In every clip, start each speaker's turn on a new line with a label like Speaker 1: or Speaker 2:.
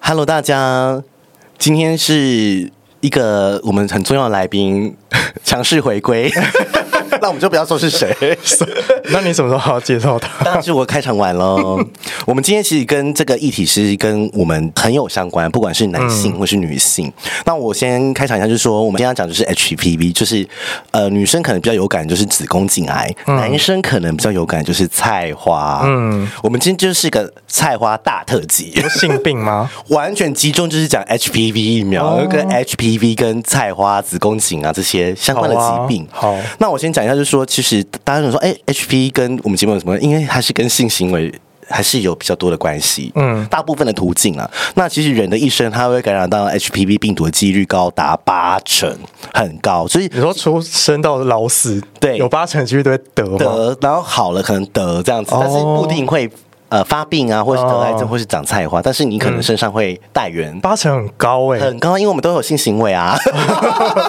Speaker 1: Hello，大家，今天是一个我们很重要的来宾 强势回归， 那我们就不要说是谁。
Speaker 2: 那你什么时候好好介绍他？
Speaker 1: 当然是我开场完了。我们今天其实跟这个议题是跟我们很有相关，不管是男性或是女性。那我先开场一下，就是说我们今天要讲就是 HPV，就是呃女生可能比较有感就是子宫颈癌，男生可能比较有感就是菜花。嗯，我们今天就是一个菜花大特辑。
Speaker 2: 性病吗？
Speaker 1: 完全集中就是讲 HPV 疫苗，
Speaker 2: 哦
Speaker 1: 跟 HPV 跟菜花、子宫颈啊这些相关的疾病。
Speaker 2: 好啊好
Speaker 1: 那我先讲一下，就是说，其实大家想说，哎、h p v 跟我们节目有什么？因为它是跟性行为。还是有比较多的关系，
Speaker 2: 嗯
Speaker 1: 嗯，大部分的途径啊。那其实人的一生，他会感染到 HPV 病毒的几率高达八成，很高。所以
Speaker 2: 你说出生到老死，
Speaker 1: 对
Speaker 2: 有八成几率都会得吗？
Speaker 1: 得，然后好了可能得这样子，
Speaker 2: 哦
Speaker 1: 但是不一定会呃发病啊，或是得癌
Speaker 2: 哦嗯
Speaker 1: 症，或是长菜花。但是你可能身上会带源
Speaker 2: 八成很高哎、
Speaker 1: 很高，因为我们都有性行为啊。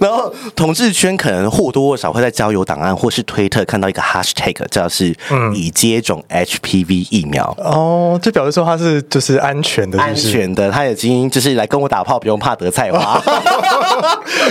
Speaker 1: 然后同志圈可能或多或少会在交友档案或是推特看到一个 hashtag，叫是已接种 HPV 疫苗。
Speaker 2: 哦，就表示说他是就是安全的，是
Speaker 1: 安
Speaker 2: 不是？
Speaker 1: 全的，他已经就是来跟我打炮，不用怕得菜 花。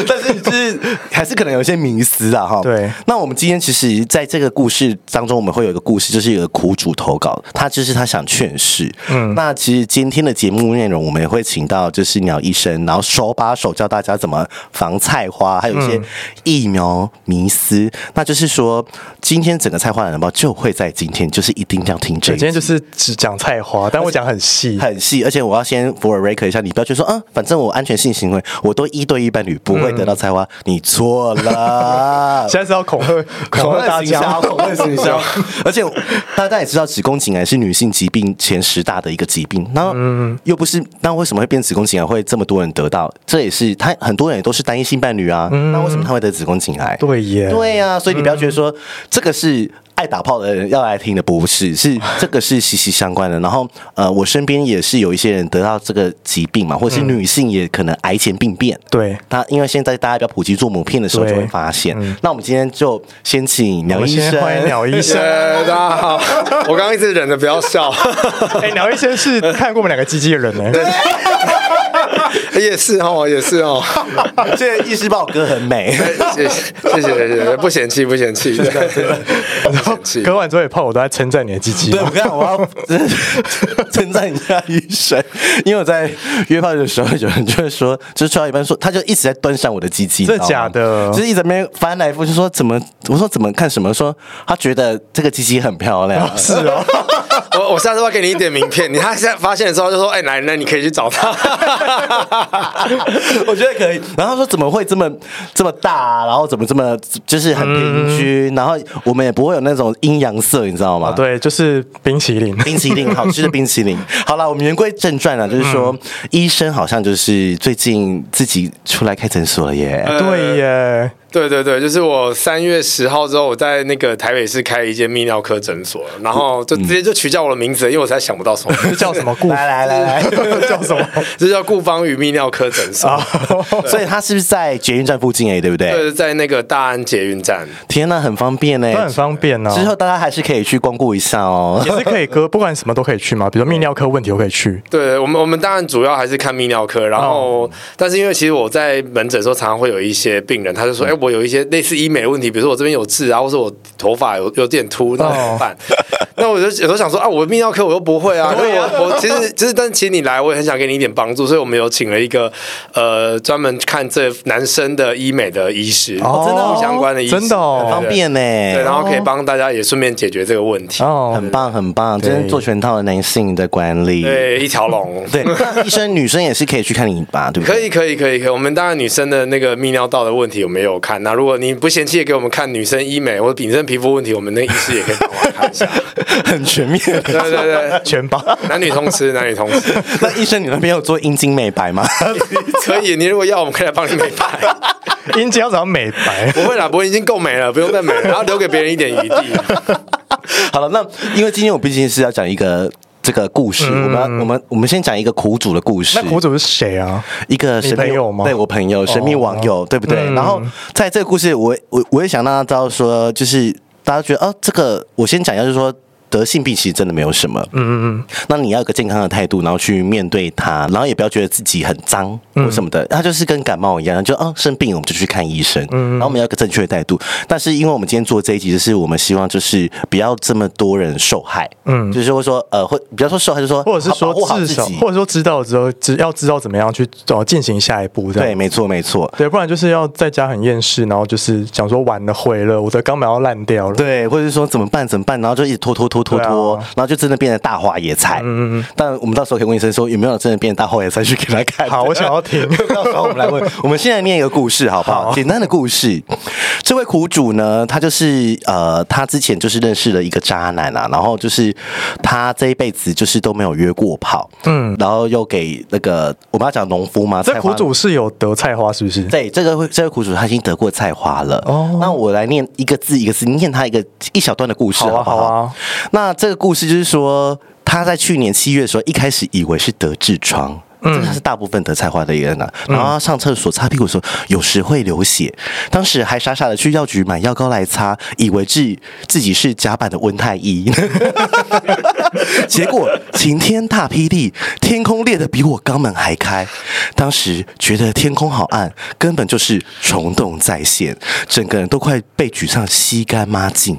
Speaker 1: 但是就是还是可能有一些迷思啊，哈。
Speaker 2: 对
Speaker 1: 那我们今天其实在这个故事当中，我们会有一个故事，就是有个苦主投稿，他就是他想劝世。嗯，那其实今天的节目内容，我们也会请到就是鸟医生，然后手把手教大家怎么防菜花，还有一些
Speaker 2: 嗯
Speaker 1: 疫苗迷思。那就是说，今天整个菜花的人包就会在今天，就是一定要听这
Speaker 2: 对今
Speaker 1: 一集
Speaker 2: 天就是只讲菜花，但我讲很细。。
Speaker 1: 很细，而且我要先 for a record 一下，你不要觉得说，嗯，反正我安全性行为，我都一对一伴侣不会得到菜花，你错了
Speaker 2: 现在是要恐吓恐吓大家，
Speaker 1: 恐吓行销， 而且大家也知道，子宫颈癌是女性疾病前十大的一个疾病，然后
Speaker 2: 嗯
Speaker 1: 又不是，那为什么会变子宫颈癌会这么多人得到？这也是他很多人也都是单一性伴侣啊，
Speaker 2: 嗯
Speaker 1: 那为什么他会得子宫颈癌？
Speaker 2: 对嗯耶，
Speaker 1: 对呀、所以你不要觉得说、这个是爱打炮的人要来听的，不 是，是这个是息息相关的。然后呃，我身边也是有一些人得到这个疾病嘛，或者是女性也可能癌前病变。
Speaker 2: 嗯对
Speaker 1: 那因为现在大家比较普及做母片的时候，
Speaker 2: 对
Speaker 1: 就会发现。那我们今天就先请
Speaker 2: 我
Speaker 1: 苗
Speaker 2: 们
Speaker 1: 医
Speaker 2: 先
Speaker 1: 生，
Speaker 2: 欢迎 鸟医生。
Speaker 3: 耶，大家好，我刚刚一直忍着不要笑，
Speaker 2: 哎、鸟医生是看过我们两个鸡鸡的人呢、
Speaker 3: 也是哦，也是哦，
Speaker 1: 这个医师把我歌很美。
Speaker 3: 谢谢谢谢谢谢，不嫌弃不嫌弃，对不
Speaker 2: 然后
Speaker 3: 嫌弃
Speaker 2: 割。完之后也泡，我都在称赞你的鸡鸡
Speaker 1: 对，
Speaker 2: 嘛
Speaker 1: 我。 看我要 真的称赞一下医生，因为我在约炮的时候，有人就会说，就是吹到一半说，他就一直在端上我的鸡鸡，
Speaker 2: 真的
Speaker 1: 你知道吗
Speaker 2: 假的
Speaker 1: 就是一直在那边翻来覆去说怎么，我说怎么看什么，说他觉得这个鸡鸡很 漂亮，
Speaker 2: 是哦，
Speaker 3: 我我下次会给你一点名片，你他现在发现的时候就说，哎，男人，你可以去找他。
Speaker 1: 我觉得可以。然后他说怎么会这么这么大、然后怎么这么就是很平
Speaker 2: 嗯
Speaker 1: 均，然后我们也不会有那种阴阳色，你知道吗？对
Speaker 2: 对，就是冰淇淋。
Speaker 1: 冰淇淋，好吃的冰淇 淋。好了，我们言归正传了，就是
Speaker 2: 嗯
Speaker 1: 说，医生好像就是最近自己出来开诊所了耶。
Speaker 2: 对耶，
Speaker 3: 对对对，就是我三月十号之后，我在那个台北市开了一间泌尿科诊所，然后就直接就取消我的名字，因为我才想不到什么名
Speaker 2: 这
Speaker 3: 字，
Speaker 2: 叫什么故？
Speaker 1: 来来来来，
Speaker 2: 叫什 么？啊
Speaker 3: 这叫顾方宇泌尿科诊所。
Speaker 1: 所以他是不是在捷运站附近哎？对不对？
Speaker 3: 对，在那个大安捷运站，
Speaker 1: 天呐，很方便呢
Speaker 2: 都。很方便哦呢、
Speaker 1: 之后大家还是可以去光顾一下哦。
Speaker 2: 也是可以割，不管什么都可以去嘛，比如泌尿科问题都可以去。
Speaker 3: 对我们，我们当然主要还是看泌尿科，然
Speaker 2: 哦
Speaker 3: 后，但是因为其实我在门诊的时候，常常会有一些病人，他就说，哎、
Speaker 2: 嗯 哦
Speaker 3: 我有一些类似医美的问题，比如说我这边有痣啊，或者我头发有有点秃，那怎么办？ 那我就有时候想说啊，我泌尿科我又不会啊，因为我我其实其实，但其实你来，我也很想给你一点帮助，所以我们有请了一个呃专门看这男生的医美的医师，
Speaker 2: 哦真的哦
Speaker 3: 相关的医师，
Speaker 2: 真的哦
Speaker 3: 对
Speaker 1: 方。便呢、
Speaker 3: 对对，然后可以帮大家也顺便解决这个问题。
Speaker 2: 哦，
Speaker 1: 很棒很棒，真是做全套的男性的管理。
Speaker 3: 对，一条龙。
Speaker 1: 对，那医生女生也是可以去看你吧，对不对？
Speaker 3: 可以，可以，可以，可以。我们当然女生的那个泌尿道的问题，我们也有看。那如果你不嫌弃，也给我们看女生医美或者女生皮肤问题，我们那个医师也可以帮忙看一下。
Speaker 1: 很 全面。
Speaker 3: 对对对，
Speaker 2: 全 包。
Speaker 3: 男女通吃，男女通 吃，
Speaker 1: 那医生，你那边有做阴茎美白吗？
Speaker 3: 可以。你如果要，我们可以来帮你美白。
Speaker 2: 阴茎要怎么美白？
Speaker 3: 不会啦，不会，已经够美了，不用再美了，然后留给别人一点余地。
Speaker 1: 好了，那因为今天我毕竟是要讲一个这个故事，我们要我们我们先讲一个苦主的故事。
Speaker 2: 嗯那苦主是谁啊？
Speaker 1: 一个神
Speaker 2: 你
Speaker 1: 秘
Speaker 2: 朋友吗哦嗯
Speaker 1: 对我朋友，神秘网友，对不对？然后在这个故事，我我我也想让大家知道说，就是大家觉得哦，这个我先讲一下，就是说。得性病其实真的没有什么，嗯嗯嗯。那你要有个健康的态度，然后去面对它，然后也不要觉得自己很脏
Speaker 2: 嗯
Speaker 1: 或什么的。它就是跟感冒一样，就哦生病我们就去看医
Speaker 2: 嗯
Speaker 1: 生，然后我们要有个正确的态度。但是因为我们今天做这一集，就是我们希望就是不要这么多人受害，嗯，就是会说呃，会比较说受害，就说
Speaker 2: 或者是
Speaker 1: 保
Speaker 2: 说
Speaker 1: 护好
Speaker 2: 至
Speaker 1: 自
Speaker 2: 少，
Speaker 1: 己，
Speaker 2: 或者说知道之后，只要知道怎么样去呃进行下一步这样。
Speaker 1: 对，没错没错。
Speaker 2: 对，不然就是要在家很厌世，然后就是想说晚了毁了，我的肛门要烂掉了。
Speaker 1: 对，或者是说怎么办怎么办，然后就一直拖拖拖拖拖，
Speaker 2: 对啊
Speaker 1: 然后就真的变成大花野菜。嗯嗯嗯。但我们到时候可以问医生说有没有真的变成大花野菜去给他 看。
Speaker 2: 好，我想要听。
Speaker 1: 到时候我们来 问。我们现在念一个故事好不好？简单的故事。这位苦主呢，他就是呃，他之前就是认识了一个渣男啊，然后就是他这一辈子就是都没有约过炮，嗯，然后又给那个我们要讲农夫嘛，
Speaker 2: 这
Speaker 1: 菜花
Speaker 2: 苦主是有得菜花是不是？
Speaker 1: 对，这个会这位苦主他已经得过菜花了。
Speaker 2: 哦
Speaker 1: 哦，那我来念一个字一个字，念他一个一小段的故事，
Speaker 2: 好
Speaker 1: 好
Speaker 2: 啊
Speaker 1: 不好？
Speaker 2: 好啊
Speaker 1: 那这个故事就是说，他在去年七月的时候，一开始以为是得痔疮。
Speaker 2: 嗯
Speaker 1: 这个是大部分得菜花的人啊，然后他上厕所擦屁股的时候，有时会流血。当时还傻傻的去药局买药膏来擦，以为自自己是甲板的温太医。结果晴天大霹雳，天空裂得比我肛门还开。当时觉得天空好暗，根本就是虫洞再现，整个人都快被沮丧吸干抹净。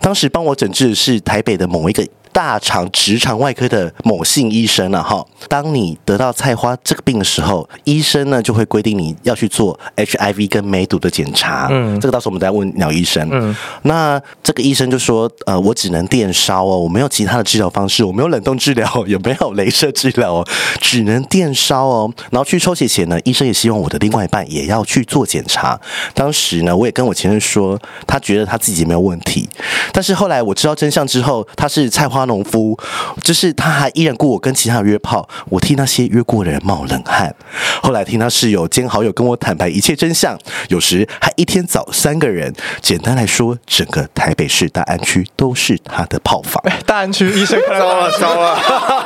Speaker 1: 当时帮我诊治的是台北的某一个。大肠直肠外科的某姓医生啊，哈，当你得到菜花这个病的时候，医生呢就会规定你要去做 HIV 跟梅毒的检查。嗯，这个到时候我们再问鸟医生。嗯，那这个医生就说，呃，我只能电烧哦，我没有其他的治疗方式，我没有冷冻治疗，也没有镭射治疗哦，只能电烧哦。然后去抽血前呢，医生也希望我的另外一半也要去做检查。当时呢，我也跟我前任说，他觉得他自己没有问题，但是后来我知道真相之后，他是菜花农夫，就是他还依然雇我跟其他人约炮，我替那些约过的人冒冷汗。后来听他室友兼好友跟我坦白一切真相，有时还一天找三个人。简单来说，整个台北市大安区都是他的炮房。
Speaker 2: 大安区医生看
Speaker 3: 糟
Speaker 2: 到
Speaker 3: 了糟了！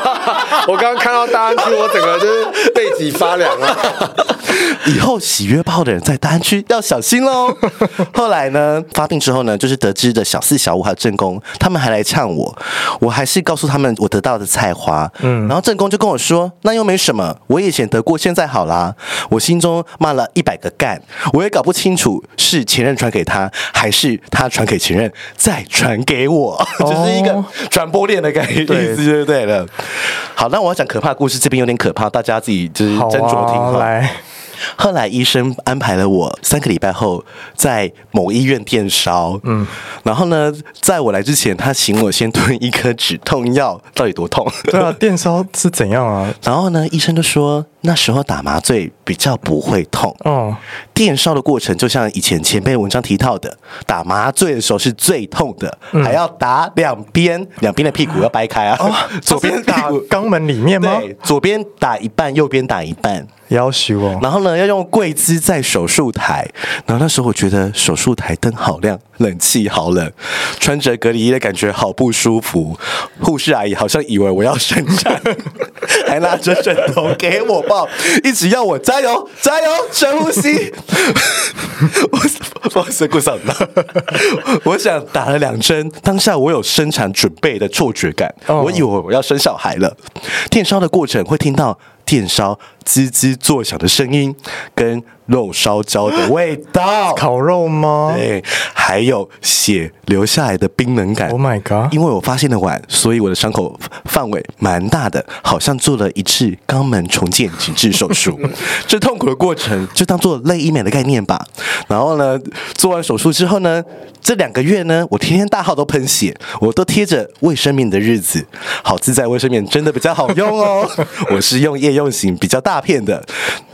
Speaker 3: 我刚刚看到大安区，我整个就是背脊发凉 了。
Speaker 1: 以后喜约炮的人在大安区要小 心喽。后来呢，发病之后呢，就是得知的小四、小五还有正宫，他们还来呛我，我还是告诉他们我得到的菜花。嗯，然后正宫就跟我说，那又没什么，我以前得过，现在好啦。我心中骂了一百个干，我也搞不清楚是前任传给他，还是他传给前任再传给我， 就是一个传播链的概念，
Speaker 2: 哦对
Speaker 1: 意思就对了。好，那我要讲可怕故事，这边有点可怕，大家自己就是
Speaker 2: 好
Speaker 1: 斟酌听
Speaker 2: 啊，
Speaker 1: 好
Speaker 2: 来，
Speaker 1: 后来医生安排了我三个礼拜后在某医院电烧，嗯，然后呢，在我来之前，他请我先吞一颗止痛药，到底多痛？
Speaker 2: 对啊，电烧是怎样啊？
Speaker 1: 然后呢，医生就说那时候打麻醉比较不会痛，
Speaker 2: 哦，
Speaker 1: 电烧的过程就像以前前辈文章提到的，打麻醉的时候是最痛的，
Speaker 2: 嗯
Speaker 1: 还要打两边，两边的屁股要掰开啊， 左边
Speaker 2: 哦 是打
Speaker 1: 屁股
Speaker 2: 肛门里面吗？
Speaker 1: 对，左边打一半，右边打一半。
Speaker 2: 要求哦，
Speaker 1: 然后呢，要用跪姿在手术台。然后那时候我觉得手术台灯好亮，冷气好冷，穿着隔离衣的感觉好不舒服。护士阿姨好像以为我要生产， 还拉着枕头给我抱，一直要我加油加油，深呼吸。 我不好意思，顾嫂子， 我想打了两针，当下我有生产准备的错觉感，
Speaker 2: 哦，
Speaker 1: 我以为我要生小孩了。电烧的过程会听到电烧。吱吱作响的声音，跟肉烧焦的味道
Speaker 2: 烤肉吗
Speaker 1: 对，还有血流下来的冰冷感。
Speaker 2: ？Oh my god！
Speaker 1: 因为我发现的晚，所以我的伤口范围蛮大的，好像做了一次肛门重建紧致 手术。这痛苦的过程就当做类医美的概念吧。然后呢，做完手术之后呢，这两个月呢，我天天大号都喷血，我都贴着卫生棉的日子，好自在卫生棉真的比较好 用哦。我是用夜用型比较大片的。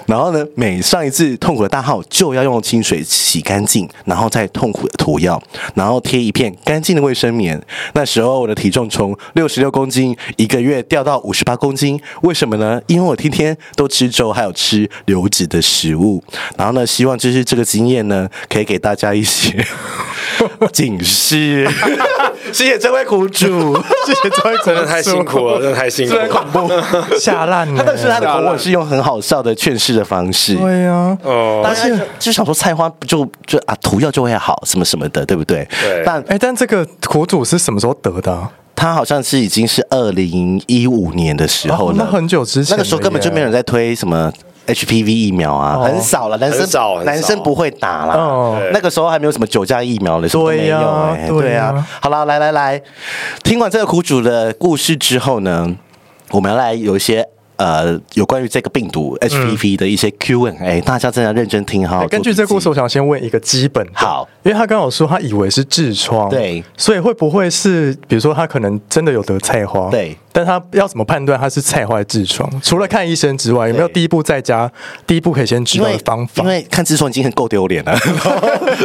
Speaker 1: 然后呢，每上一次痛苦的大号就要用清水洗干净，然后再痛苦的涂药，然后贴一片干净的卫生棉。那时候我的体重从六十六公斤一个月掉到五十八公斤，为什么呢？因为我天天都吃粥，还有吃流质的食物。然后呢，希望就是这个经验呢，可以给大家一些 警示。 谢谢这位苦主。
Speaker 2: 谢谢这位
Speaker 3: 真的太辛苦了，真的太辛苦
Speaker 2: 这
Speaker 3: 了。
Speaker 2: 恐怖，吓烂了。
Speaker 1: 但是他的口吻是用很好笑的劝世的方式，
Speaker 2: 对啊呀，
Speaker 3: 哦，
Speaker 1: 但是就想说菜花不就就啊涂药就会好什么什么的，对不对？
Speaker 3: 对
Speaker 1: 但
Speaker 2: 哎，但这个苦主是什么时候得的啊？
Speaker 1: 他好像是已经是二零一五年的时候
Speaker 2: 哦
Speaker 1: 了、
Speaker 2: 那很久之前
Speaker 1: 那个时候根本就没有人在推什么。HPV 疫苗啊，
Speaker 2: 哦
Speaker 1: 很少了，男生
Speaker 3: 很少很少
Speaker 1: 男生不会打啦。
Speaker 2: 哦
Speaker 3: 对
Speaker 1: 那个时候还没有什么九价疫苗嘞，什么都没有
Speaker 2: 对呀
Speaker 1: 哎、对
Speaker 2: 对
Speaker 1: 啊
Speaker 2: 呀。
Speaker 1: 好啦，来来来，听完这个苦主的故事之后呢，我们要来有一些呃有关于这个病毒 HPV 的一些 Q&A，、大家真的要认真听哈。好好
Speaker 2: 哎根据
Speaker 1: 做
Speaker 2: 这
Speaker 1: 笔记
Speaker 2: 故事，我想先问一个基本的，
Speaker 1: 好，
Speaker 2: 因为他刚好说他以为是痔疮，
Speaker 1: 对
Speaker 2: 所以会不会是比如说他可能真的有得菜花，
Speaker 1: 对，
Speaker 2: 但他要怎么判断他是菜花还是痔疮？除了看医生之外，有没有第一步在家第一步可以先知
Speaker 1: 因
Speaker 2: 道
Speaker 1: 为
Speaker 2: 的方法
Speaker 1: 因？为看痔疮已经很够丢脸 了，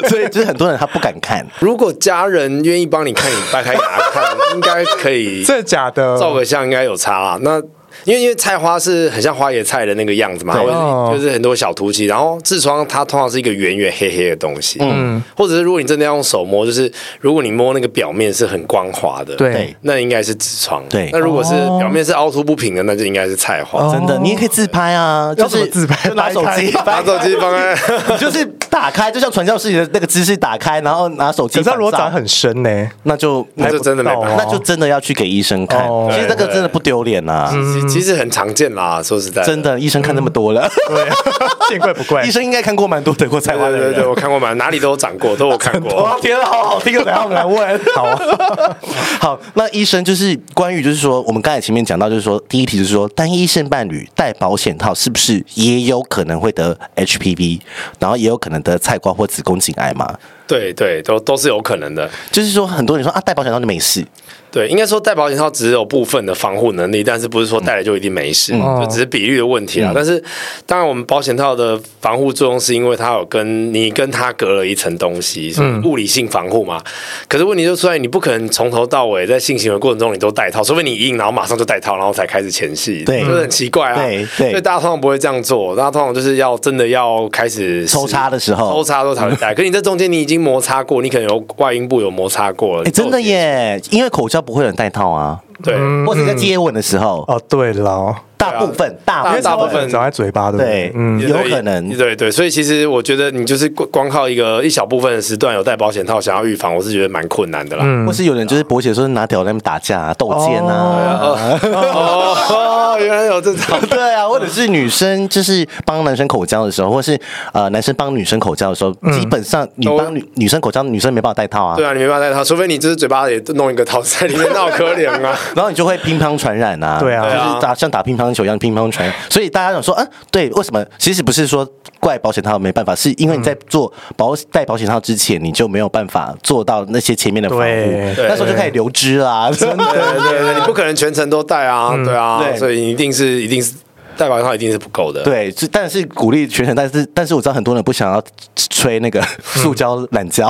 Speaker 1: 所以就是很多人他不敢看。
Speaker 3: 如果家人愿意帮你看，你掰开给他看，应该可以
Speaker 2: 这假的，
Speaker 3: 照个相，应该有差啊。
Speaker 2: 嗯
Speaker 3: 那因为因为菜花是很像花椰菜的那个样子嘛，
Speaker 1: 对
Speaker 3: 或者
Speaker 2: 哦
Speaker 3: 是就是很多小凸起，然后痔疮它通常是一个圆圆黑黑的东西，嗯，或者是如果你真的要用手摸，就是如果你摸那个表面是很光滑的，
Speaker 2: 对，
Speaker 3: 那应该是痔疮。
Speaker 1: 对
Speaker 3: 那如果是
Speaker 2: 哦
Speaker 3: 表面是凹凸不平的，那就应该是菜花。
Speaker 2: 哦
Speaker 1: 真的，你也可以自拍啊，
Speaker 2: 要
Speaker 1: 就
Speaker 2: 怎么
Speaker 1: 是
Speaker 2: 自拍
Speaker 1: 就拿手机
Speaker 3: 拿手机放在，
Speaker 1: 你就是打开，就像传教士的那个姿势打开，然后拿手机
Speaker 2: 可是
Speaker 1: 反照。
Speaker 2: 他如果长很深呢，
Speaker 1: 那就
Speaker 3: 那就真的没办
Speaker 2: 哦
Speaker 3: 法。
Speaker 1: 那就真的要去给医生看
Speaker 2: 哦。
Speaker 1: 其实那个真的不丢脸呐，
Speaker 3: 其其实很常见啦，说实在，
Speaker 1: 真。的，医生看那么多了，
Speaker 2: 对， 见怪不嗯怪
Speaker 1: 医。生应该看过蛮多得过菜
Speaker 3: 对
Speaker 1: 花的
Speaker 3: 对对对，
Speaker 1: 人。
Speaker 3: 我看过蛮，哪里都有长过，都有看过
Speaker 1: 哇，。天啊，好好听哦！等一下我们来问。好、
Speaker 2: 啊
Speaker 1: 好，那医生就是关于，就是说我们刚才前面讲到，就是说第一题就是说单一性伴侣戴保险套是不是也有可能会得 HPV，然后也有可能得菜瓜或子宫颈癌嘛？
Speaker 3: 对对，都都是有可能的。
Speaker 1: 就是说很多人说啊，戴保险套就没事，
Speaker 3: 对，应该说戴保险套只有部分的防护能力，但是不是说戴了就一定没事，
Speaker 1: 嗯哦
Speaker 3: 就只是比率的问题啊。但是当然，我们保险套的防护作用是因为它有跟你跟它隔了一层东西，是
Speaker 1: 嗯
Speaker 3: 物理性防护嘛。可是问题就出在你不可能从头到尾在性行为过程中你都戴套，除非你硬然后马上就戴套，然后才开始前戏，
Speaker 1: 对
Speaker 3: 就是很奇怪啊。
Speaker 1: 对对
Speaker 3: 所以大家通常不会这样做，大家通常就是要真的要开始
Speaker 1: 抽插的时候
Speaker 3: 抽插都才会戴。可你这中间你已经摩擦过，你可能有外阴部有摩擦过了，
Speaker 1: 哎、真的
Speaker 3: 你都有接
Speaker 1: 耶，因为口交不会有人戴套啊，
Speaker 3: 触。对。
Speaker 1: 或者在接吻的时候，
Speaker 2: 哦，对了，
Speaker 1: 大部分、
Speaker 3: 因
Speaker 1: 大
Speaker 3: 为
Speaker 1: 部
Speaker 3: 大部
Speaker 1: 分
Speaker 3: 分
Speaker 2: 长在嘴巴的，
Speaker 1: 对，
Speaker 2: 嗯，
Speaker 1: 有可能
Speaker 3: 对。对对，所以其实我觉得你就是光光靠一个一小部分的时段有戴保险套想要预防，我是觉得蛮困难的啦。
Speaker 2: 嗯
Speaker 1: 或是有人就是勃起的时候拿屌在那边打架、啊、斗剑啊，。
Speaker 3: 哦，原来有这种
Speaker 1: 对啊，或者是女生就是帮男生口交的时候，或是呃男生帮女生口交的时候，基本上你帮女女生口交，女生没办法戴套啊
Speaker 3: 对，啊，你没办法戴套，除非你就是嘴巴也弄一个套在里面，那好可怜 啊。
Speaker 1: 然后你就会乒乓传染啊，
Speaker 2: 对啊
Speaker 1: 就是打像打乒乓球一样乒乓传染。所以大家想说，啊，对，为什么？其实不是说怪保险套没办法，是因为你在做保戴保险套之前，你就没有办法做到那些前面的防护
Speaker 2: 对，
Speaker 3: 对
Speaker 1: 那时候就开始流汁啦，真的。
Speaker 3: 对对对，你不可能全程都戴啊，
Speaker 2: 嗯
Speaker 3: 对啊，
Speaker 1: 对
Speaker 3: 所以你一定是一定是戴保险套一定是不够的。
Speaker 1: 对， 是但是鼓励全程，但是但是我知道很多人不想要吹那个塑胶懒胶，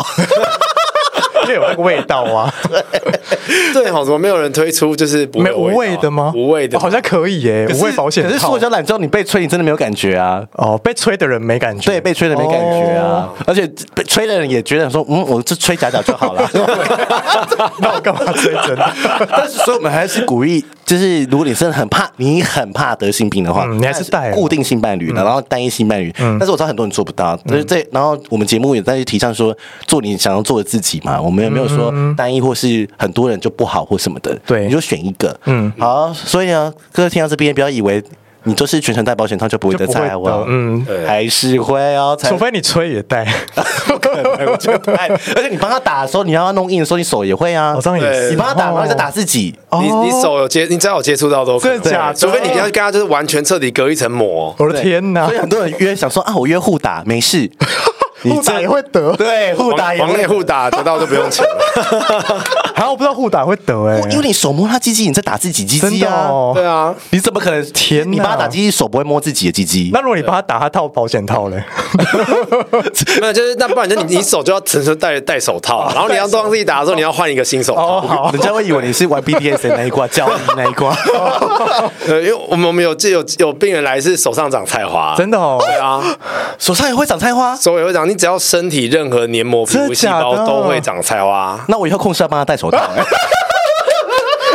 Speaker 2: 因为有那个味道啊，
Speaker 3: 对，好，怎么没有人推出就是不会
Speaker 2: 没
Speaker 3: 有
Speaker 2: 有无味
Speaker 3: 道
Speaker 2: 的吗？
Speaker 3: 无味的，
Speaker 2: 哦好像可以耶，无味保险
Speaker 1: 可是
Speaker 2: 套啊
Speaker 1: 塑。胶懒胶你被吹，你真的没有感觉啊。
Speaker 2: 哦，被吹的人没感觉，哦
Speaker 1: 对，被吹的没感觉啊，而且被吹的人也觉得说，嗯，我这吹假假就好了。
Speaker 2: 那我干嘛吹真的？
Speaker 1: 但是，所以我们还是鼓励，就是如果你真的很怕，你很怕得性病的话，
Speaker 2: 嗯你还是戴啊
Speaker 1: 固定性伴侣，然后单一性伴侣。
Speaker 2: 嗯
Speaker 1: 但是我知道很多人做不到，就是这。然后我们节目也在提倡说，做你想要做的自己嘛。我们也没有说单一或是很多人就不好或什么的，
Speaker 2: 嗯对
Speaker 1: 你就选一个。
Speaker 2: 嗯
Speaker 1: 好，所以呢，各位听到这边，不要以为。你就是全程戴保险套就不会
Speaker 2: 就
Speaker 1: 得
Speaker 2: 不
Speaker 1: 菜
Speaker 2: 会
Speaker 1: 花
Speaker 2: 得，，嗯，
Speaker 3: 对
Speaker 1: 还是会哦，才
Speaker 2: 除非你吹也戴，
Speaker 1: 不 可能，我觉得 太，而且你帮他打的时候，你让他弄硬的时候，你手也会啊
Speaker 2: 我，上也
Speaker 3: 对
Speaker 2: 是
Speaker 1: 你帮他打，然后你再打自己，
Speaker 3: 你你手有接，你只要有接触到都可能
Speaker 2: 哦真的假的
Speaker 3: 除非你要跟他就是完全彻底隔一层膜。
Speaker 2: 我的天哪
Speaker 1: 所以，很多人约想说啊，我约互打没事， 你
Speaker 2: 互打
Speaker 1: 这
Speaker 2: 也会得
Speaker 1: 对，互打也
Speaker 3: 往内
Speaker 1: 会。
Speaker 3: 互打得到就不用钱了。
Speaker 2: 好像我不知道互打会得哎，
Speaker 1: 因为你手摸他鸡鸡，你在打自己鸡
Speaker 2: 真
Speaker 1: 鸡
Speaker 2: 的
Speaker 1: 啊！
Speaker 2: 哦
Speaker 3: 对啊，
Speaker 1: 你怎么可能？
Speaker 2: 天哪
Speaker 1: 你帮他打鸡鸡，手不会摸自己的鸡鸡
Speaker 2: 那？如果你帮他打他套保险套嘞，
Speaker 3: 没有就是那不然就你你手就要全程戴戴手套，啊然后你要帮自己打的时候，你要换一个新手套。
Speaker 1: 好， 人家会以为你是玩 BDS 那一 挂，教育那一挂。
Speaker 3: 呃，因为我们我们有有有病人来是手上长菜花，
Speaker 2: 真的哦，
Speaker 3: 对啊，
Speaker 1: 手上也会长菜花。
Speaker 3: 手也会长，你只要身体任何黏膜、皮
Speaker 2: 真
Speaker 3: 肤
Speaker 2: 的
Speaker 3: 细
Speaker 2: 假的
Speaker 3: 胞都会长菜花。
Speaker 1: 那我以后控制要帮他戴手套，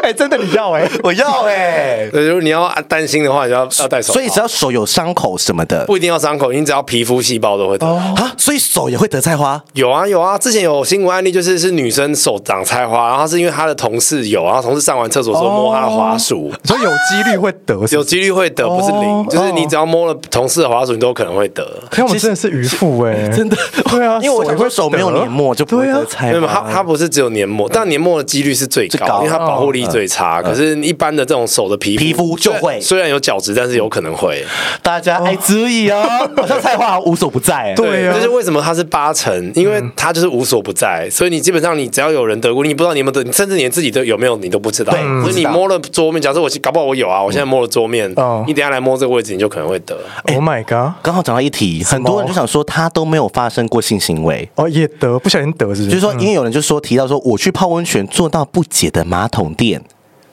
Speaker 2: 哎，真的你要哎，
Speaker 1: 我要哎。
Speaker 3: 呃，如果你要担心的话，你就要要戴手套。
Speaker 1: 所以只要手有伤口什么的
Speaker 3: 不一定要伤口，你只要皮肤细胞都会长。
Speaker 1: 啊，所以手也会得菜花。
Speaker 3: 有啊有啊，之前有新闻案例，就是是女生手长菜花，然后是因为她的同事有，然后同事上完厕所之后摸她的滑鼠，
Speaker 2: 你说有几率会得是
Speaker 3: 有
Speaker 2: 不是？
Speaker 3: 几率会得，不是零，
Speaker 1: 哦
Speaker 3: 就是你只要摸了同事的滑鼠，你都可能会得。
Speaker 2: 看我们真的是渔夫哎，
Speaker 1: 真的，
Speaker 2: 对啊，
Speaker 1: 因为我想说
Speaker 2: 会
Speaker 1: 手没有
Speaker 2: 得
Speaker 1: 黏膜就不会
Speaker 2: 对啊
Speaker 1: 得菜
Speaker 3: 没有，
Speaker 1: 花。
Speaker 3: 它它不是只有黏膜，但黏膜的几率是最
Speaker 1: 嗯最
Speaker 3: 高，
Speaker 1: 高嗯
Speaker 3: 因为它保护力最差。可是一般的这种手的皮
Speaker 1: 皮肤就会
Speaker 3: 虽然有角质，但是有可能会。
Speaker 1: 大家哎注意哦， 好像菜花无所不在。
Speaker 2: 对啊
Speaker 3: 这是为什么它是八
Speaker 1: 嗯
Speaker 3: 成，因为它就是无所不在，所以你基本上你只要有人得过，你不知道你有没有得，你甚至连自己都有没有你都不知道。
Speaker 1: 对不
Speaker 3: 所以
Speaker 1: 知
Speaker 3: 你
Speaker 1: 道嗯
Speaker 3: 摸了桌面，假设我搞不好我有啊，我现在摸了桌面
Speaker 2: 哦，
Speaker 3: 你等一下来摸这个位置，你就可能会得。
Speaker 2: ，Oh my god，
Speaker 1: 刚好讲到一题，很多人就想说他都没有发生过性行为，
Speaker 2: 哦也得，不小心得是不？
Speaker 1: 就是是
Speaker 3: 嗯
Speaker 1: 说，因为有人就说提到说我去泡温泉做到不解的马桶垫。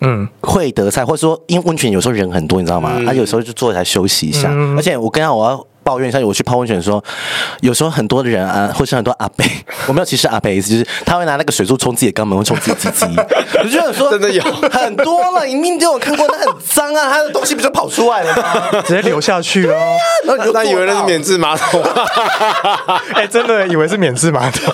Speaker 2: 嗯，
Speaker 1: 会得菜，或者说因为温泉有时候人很多，你知道
Speaker 3: 嗯
Speaker 1: 吗？他、有时候就坐下来休息一下。而且我跟他我要抱怨一下，我去泡温泉的时候，有时候很多的人啊，或是很多阿伯， 我没有歧视阿伯的意思，就是他会拿那个水柱冲自己的肛门，会冲自己鸡 鸡。我就觉得说
Speaker 3: 真的有
Speaker 1: 很多了，你命都有看过，那很脏啊，他的东西不就跑出来了吗？
Speaker 2: 直接流下 去哦。
Speaker 1: 然后你就
Speaker 3: 那以为那是
Speaker 1: 做到
Speaker 3: 免治马桶，
Speaker 2: 哎，真的以为是免治马桶，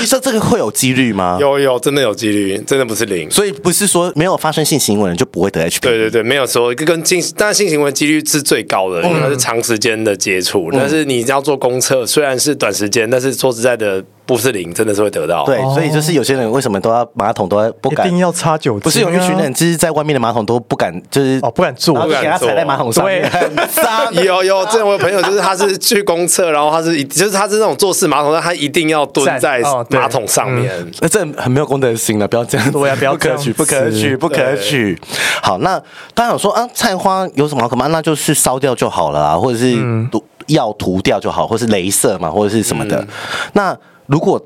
Speaker 1: 你说这个会有几率吗？
Speaker 3: 有有真的有几率，真的不是零。
Speaker 1: 所以不是说没有发生性行为的人就不会得 HPV。
Speaker 3: 对对对，没有说跟性，但性行为几率是最高的，因为它是
Speaker 2: 嗯
Speaker 3: 长时间的接触。但是你要做公测，虽然是短时间，但是说实在的，不是零，真的是会得到。
Speaker 1: 对，所以就是有些人为什么都要马桶哦都要不
Speaker 2: 一
Speaker 1: 敢，
Speaker 2: 定要擦酒精啊。
Speaker 1: 不是有一群人就是在外面的马桶都不敢，就是
Speaker 2: 哦不敢坐
Speaker 1: 然后就给他踩在马桶上面，
Speaker 2: 不敢
Speaker 1: 很 脏。
Speaker 3: 有有，之前我有朋友就是他是去公厕，然后他是一就是他是那种坐式马桶，但他一定要蹲
Speaker 2: 站
Speaker 3: 在
Speaker 2: 哦对
Speaker 3: 马桶上面。
Speaker 1: 那哎这很没有公德心了，不要这 样子，
Speaker 2: 对啊不要这
Speaker 1: 可
Speaker 2: 样
Speaker 1: 取，不可
Speaker 2: 子
Speaker 1: 取，不可取。好，那大家想说啊，菜花有什么好可怕？那就是烧掉就好了啊，或者是毒药涂掉就好，或是镭射嘛，或者是什么的。那如果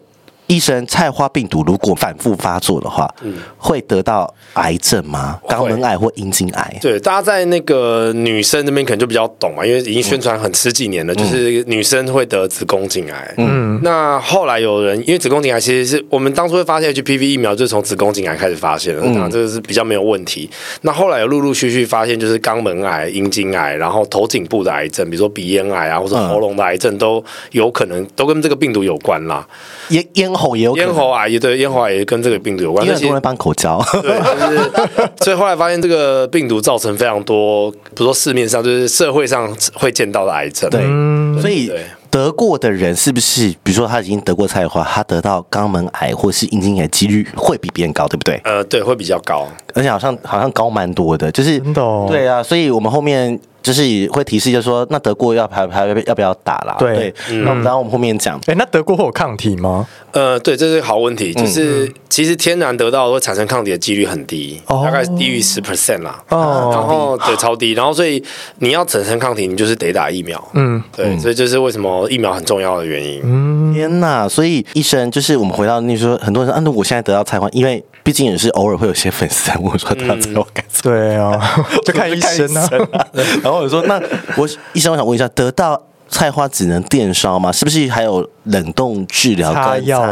Speaker 1: 医生菜花病毒如果反复发作的话，会得到癌症吗？肛门癌或阴茎癌？
Speaker 3: 对，大家在那个女生那边可能就比较懂嘛，因为已经宣传很十几
Speaker 1: 嗯
Speaker 3: 年了，就是女生会得子宫颈癌。嗯，那后来有人因为子宫颈癌其实是我们当初会发现 HPV 疫苗就是从子宫颈癌开始发现的，
Speaker 1: 嗯
Speaker 3: 当然这个是比较没有问题。那后来有陆陆续续发现就是肛门癌、阴茎癌，然后头颈部的癌症，比如说鼻咽癌啊，或者
Speaker 1: 嗯
Speaker 3: 喉咙的癌症都有可能都跟这个病毒有关啦。
Speaker 1: 咽咽喉也有可能
Speaker 3: 咽喉癌也对，咽喉癌也跟这个病毒有关。
Speaker 1: 因为
Speaker 3: 那
Speaker 1: 很
Speaker 3: 其
Speaker 1: 多
Speaker 3: 实
Speaker 1: 人帮口交，
Speaker 3: 对，就是 所以后来发现这个病毒造成非常多，比如说市面上就是社会上会见到的癌症。
Speaker 1: 对， 所以
Speaker 3: 对
Speaker 1: 得过的人是不是，比如说他已经得过菜花，他得到肛门癌或是阴茎癌几率会比别人高，对不对？
Speaker 3: 呃，对，会比较高。
Speaker 1: 而且好像好像高蛮多的，就是
Speaker 2: 真的哦
Speaker 1: 对啊，所以我们后面。就是会提示，就是说，那德国要还还要不要打啦？
Speaker 2: 对
Speaker 1: 那我们然后我们后面讲，
Speaker 2: 哎，那德国会有抗体吗？
Speaker 3: 呃，对，这是好问题，就是、其实天然得到会产生抗体的几率很低，大概低于十 percent 啦。
Speaker 2: 哦
Speaker 3: 然后对，超低。然后所以你要产生抗体，你就是得打疫苗。嗯，对，所以这是为什么疫苗很重要的原因。
Speaker 1: 天呐！所以医生就是我们回到那时候，很多人说，啊，那我现在得到菜花，因为毕竟也是偶尔会有些粉丝在问我说，得到菜花该怎么办
Speaker 2: 对 啊，就看医生啊。
Speaker 1: 然后我说，那我医生，我想问一下，得到菜花只能电烧吗？是不是还有冷冻治疗跟
Speaker 2: 擦
Speaker 1: 擦
Speaker 2: 药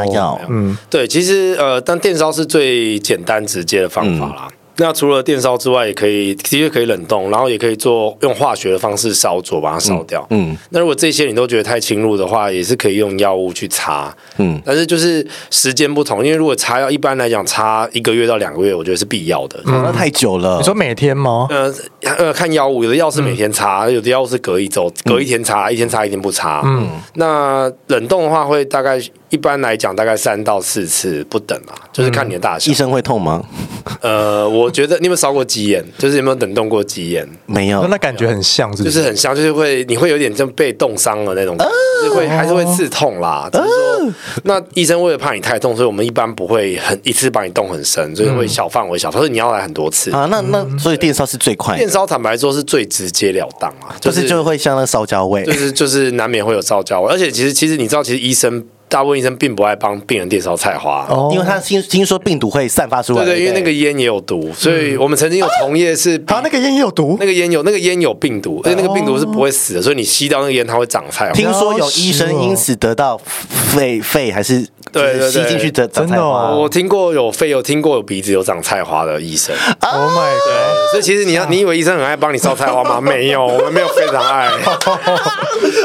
Speaker 2: 嗯
Speaker 1: 药？
Speaker 3: 对，其实呃，但电烧是最简单直接的方法啦。那除了电烧之外，也可以的确可以冷冻，然后也可以做用化学的方式烧灼，把它烧掉。嗯，那如果这些你都觉得太侵入的话，也是可以用药物去擦。嗯，但是就是时间不同，因为如果擦药一般来讲擦一个月到两个月，我觉得是必要的。
Speaker 1: 那太久了。
Speaker 2: 你说每天吗？
Speaker 3: 呃呃，看药物，有的药是每天擦，有的药是隔一周，隔一天擦，一天擦一天不擦。嗯，那冷冻的话会大概一般来讲大概三到四次不等啊，就是看你的大
Speaker 1: 嗯
Speaker 3: 小
Speaker 1: 医。生会痛吗？
Speaker 3: 呃，我觉得你有没有烧过鸡眼？就是有没有冷冻过鸡眼？
Speaker 1: 没有。
Speaker 2: 那感觉很像，是不
Speaker 3: 就是很香，就是会你会有点像被冻伤了那种，就是会还是会刺痛啦。只是说，那医生为了怕你太痛，所以我们一般不会很一次把你冻很深，所以会小范围小，所以你要来很多次。
Speaker 1: 啊，那那
Speaker 2: 嗯
Speaker 1: 所以电烧是最快的
Speaker 3: 电，烧坦白说是最直截了当啊，
Speaker 1: 就
Speaker 3: 就是是
Speaker 1: 就会像那烧焦味
Speaker 3: 就。是就是难免会有烧焦，而且其实其实你知道，其实医生大部分医生并不爱帮病人电烧菜花。
Speaker 2: 哦
Speaker 1: 因为他听听说病毒会散发出来，
Speaker 3: 对对，因为
Speaker 1: 不
Speaker 3: 那个烟也有毒，所以
Speaker 1: 嗯
Speaker 3: 我们曾经有同业是
Speaker 2: 哦
Speaker 3: 比
Speaker 1: 啊
Speaker 2: 啊他那个烟也有毒
Speaker 3: 那，个烟有那个烟有病毒，而且那个病毒是不会死的，所以你吸到那个烟它会长菜花。
Speaker 1: 听说
Speaker 2: 哦
Speaker 1: 有医生因此得到肺肺还是
Speaker 3: 对对对啊
Speaker 1: 吸进去的
Speaker 2: 真的
Speaker 1: 花
Speaker 2: 哦
Speaker 3: 我听过有肺，有听过有鼻子有长菜花的医生，
Speaker 1: 啊
Speaker 2: ，Oh my god！
Speaker 3: 所以其实你要你以为医生很爱帮你烧菜花吗？没有，我们没有非常 爱。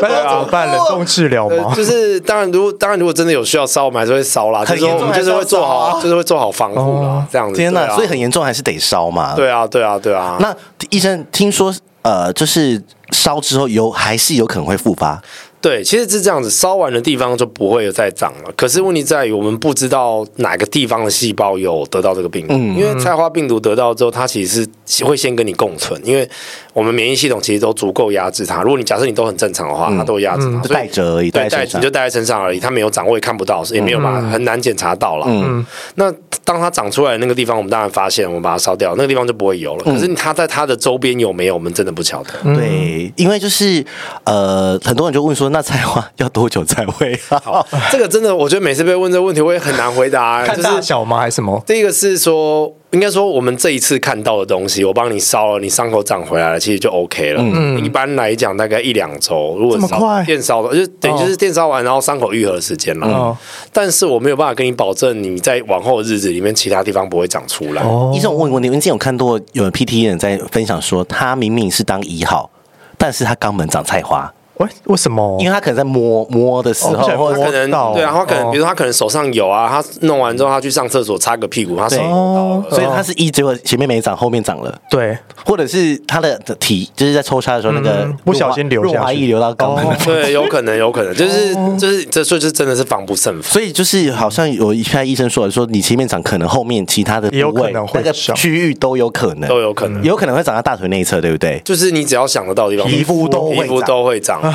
Speaker 2: 那怎么办？
Speaker 1: 啊
Speaker 2: 冷冻治疗
Speaker 3: 呃
Speaker 2: 吗？
Speaker 3: 就是当然，如果当然如果真的有需要烧，我们还是会烧啦。就
Speaker 1: 很
Speaker 3: 是说
Speaker 1: 严
Speaker 3: 我
Speaker 1: 重
Speaker 3: 们就是会做
Speaker 1: 还是要烧
Speaker 3: 好
Speaker 1: 啊，
Speaker 3: 就是会做好防护啦
Speaker 2: 哦。
Speaker 3: 这样子，
Speaker 1: 天
Speaker 3: 哪，
Speaker 1: 哪，所以很严重还是得烧嘛。，
Speaker 3: 对啊，对啊，对啊。
Speaker 1: 那医生听说呃，就是烧之后有还是有可能会复发，
Speaker 3: 对，其实是这样子，烧完的地方就不会有再长了。可是问题在于，我们不知道哪个地方的细胞有得到这个病毒，
Speaker 1: 嗯
Speaker 3: 因为菜花病毒得到之后，它其实是会先跟你共存，因为我们免疫系统其实都足够压制它。如果你假设你都很正常的话，它都会压制
Speaker 1: 就
Speaker 3: 它，所以
Speaker 1: 带着而已，
Speaker 3: 对，
Speaker 1: 嗯带嗯
Speaker 3: 带
Speaker 1: 在身
Speaker 3: 你
Speaker 1: 上
Speaker 3: 就带在身上而已，它没有长，我也看不到，也没有办法，很难检查到了。嗯，那当它长出来的那个地方，我们当然发现，我们把它烧掉，那个地方就不会有了。
Speaker 1: 嗯
Speaker 3: 可是它在它的周边有没有，我们真的不晓得。
Speaker 2: 嗯
Speaker 1: 对，因为就是呃，很多人就问说，那菜花要多久才会 好？
Speaker 3: 这个真的，我觉得每次被问这个问题，我也很难回答、
Speaker 2: 看
Speaker 3: 就
Speaker 2: 大
Speaker 3: 是
Speaker 2: 小吗？还是什么？
Speaker 3: 第一个是说，应该说我们这一次看到的东西，我帮你烧了，你伤口长回来了，其实就 OK 了。嗯，一般来讲大概一两周，如果
Speaker 2: 这么
Speaker 3: 烧
Speaker 2: 快
Speaker 3: 电烧的，就是等于
Speaker 2: 哦
Speaker 3: 就是电烧完，然后伤口愈合的时间了。
Speaker 2: 哦
Speaker 3: 但是我没有办法跟你保证，你在往后的日子里面，其他地方不会长出来。
Speaker 2: 哦
Speaker 1: 医生，我问过你，因为之前有看过有 PT 人在分享说，他明明是当一号，但是他肛门长菜花，
Speaker 2: 喂，为什么
Speaker 1: 因？为他可能在摸摸的时候，
Speaker 2: 哦不小心
Speaker 1: 或者
Speaker 3: 可
Speaker 2: 摸
Speaker 3: 能
Speaker 2: 到
Speaker 3: 对啊，他可能
Speaker 2: 哦
Speaker 3: 比如说他可能手上有啊，他弄完之后他去上厕所擦个屁股，他手
Speaker 1: 对
Speaker 2: 哦，
Speaker 1: 所以他是一，结果前面没长，后面长了，
Speaker 2: 对，
Speaker 1: 或者是他的体就是在抽插的时候，那个
Speaker 2: 嗯不小心流下
Speaker 1: 润
Speaker 2: 去
Speaker 1: 滑液流到肛门
Speaker 2: 哦。
Speaker 3: 对，有可能，有可能，就是就是这，所以就真的是防不胜防。
Speaker 1: 所以就是好像有一派医生说的，说你前面长，可能后面其他的部
Speaker 2: 也有可
Speaker 1: 位、
Speaker 2: 能会
Speaker 1: 那个
Speaker 2: 长
Speaker 1: 区域都有可能，
Speaker 3: 都有可能
Speaker 1: 有可能会长在大腿内侧，对不对？
Speaker 3: 就是你只要想得到的地方，
Speaker 1: 皮肤都会
Speaker 3: 皮肤
Speaker 1: 长
Speaker 3: 都会长。对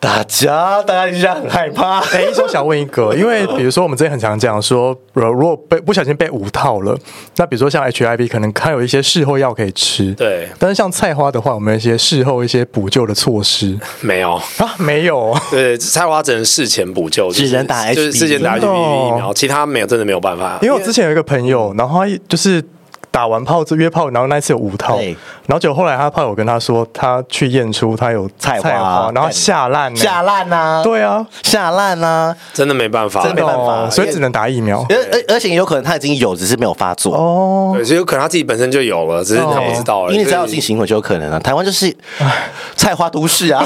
Speaker 1: 大家，大家一下很害怕。
Speaker 2: 哎，医生想问一 个，因为比如说我们之前很常讲说，呃如果被不小心被五套了，那比如说像 HIV，可能它有一些事后药可以吃，
Speaker 3: 对
Speaker 2: 但是像菜花的话，我们有一些事后一些补救的措施
Speaker 3: 没有，
Speaker 2: 啊，没有哦。
Speaker 3: 对，菜花只能事前补救，就是
Speaker 1: 只能打
Speaker 3: 就是
Speaker 1: HPV
Speaker 3: 事前打
Speaker 2: 真的
Speaker 3: HPV
Speaker 2: 哦
Speaker 3: 疫苗，其他没有，真的没有办法。
Speaker 2: 因为我之前有一个朋友，然后他就是打完炮之约炮，然后那一次有五套，
Speaker 1: 对
Speaker 2: 然后就后来他炮友跟他说，他去验出他有
Speaker 1: 菜花
Speaker 2: 然后吓烂呢，
Speaker 1: 下烂呐、啊，
Speaker 2: 对啊，
Speaker 1: 下烂呐、啊。
Speaker 3: 真的没办法，
Speaker 1: 真的没办法
Speaker 2: 哦所以只能打疫苗
Speaker 1: 而而而且有可能他已经有，只是没有发作。
Speaker 2: 哦。
Speaker 3: 对，所以有可能他自己本身就有了，只是他不知道而已。
Speaker 1: 哦因为你只要有
Speaker 3: 所以
Speaker 1: 性行为就有可能啊。台湾就是菜花都市 啊，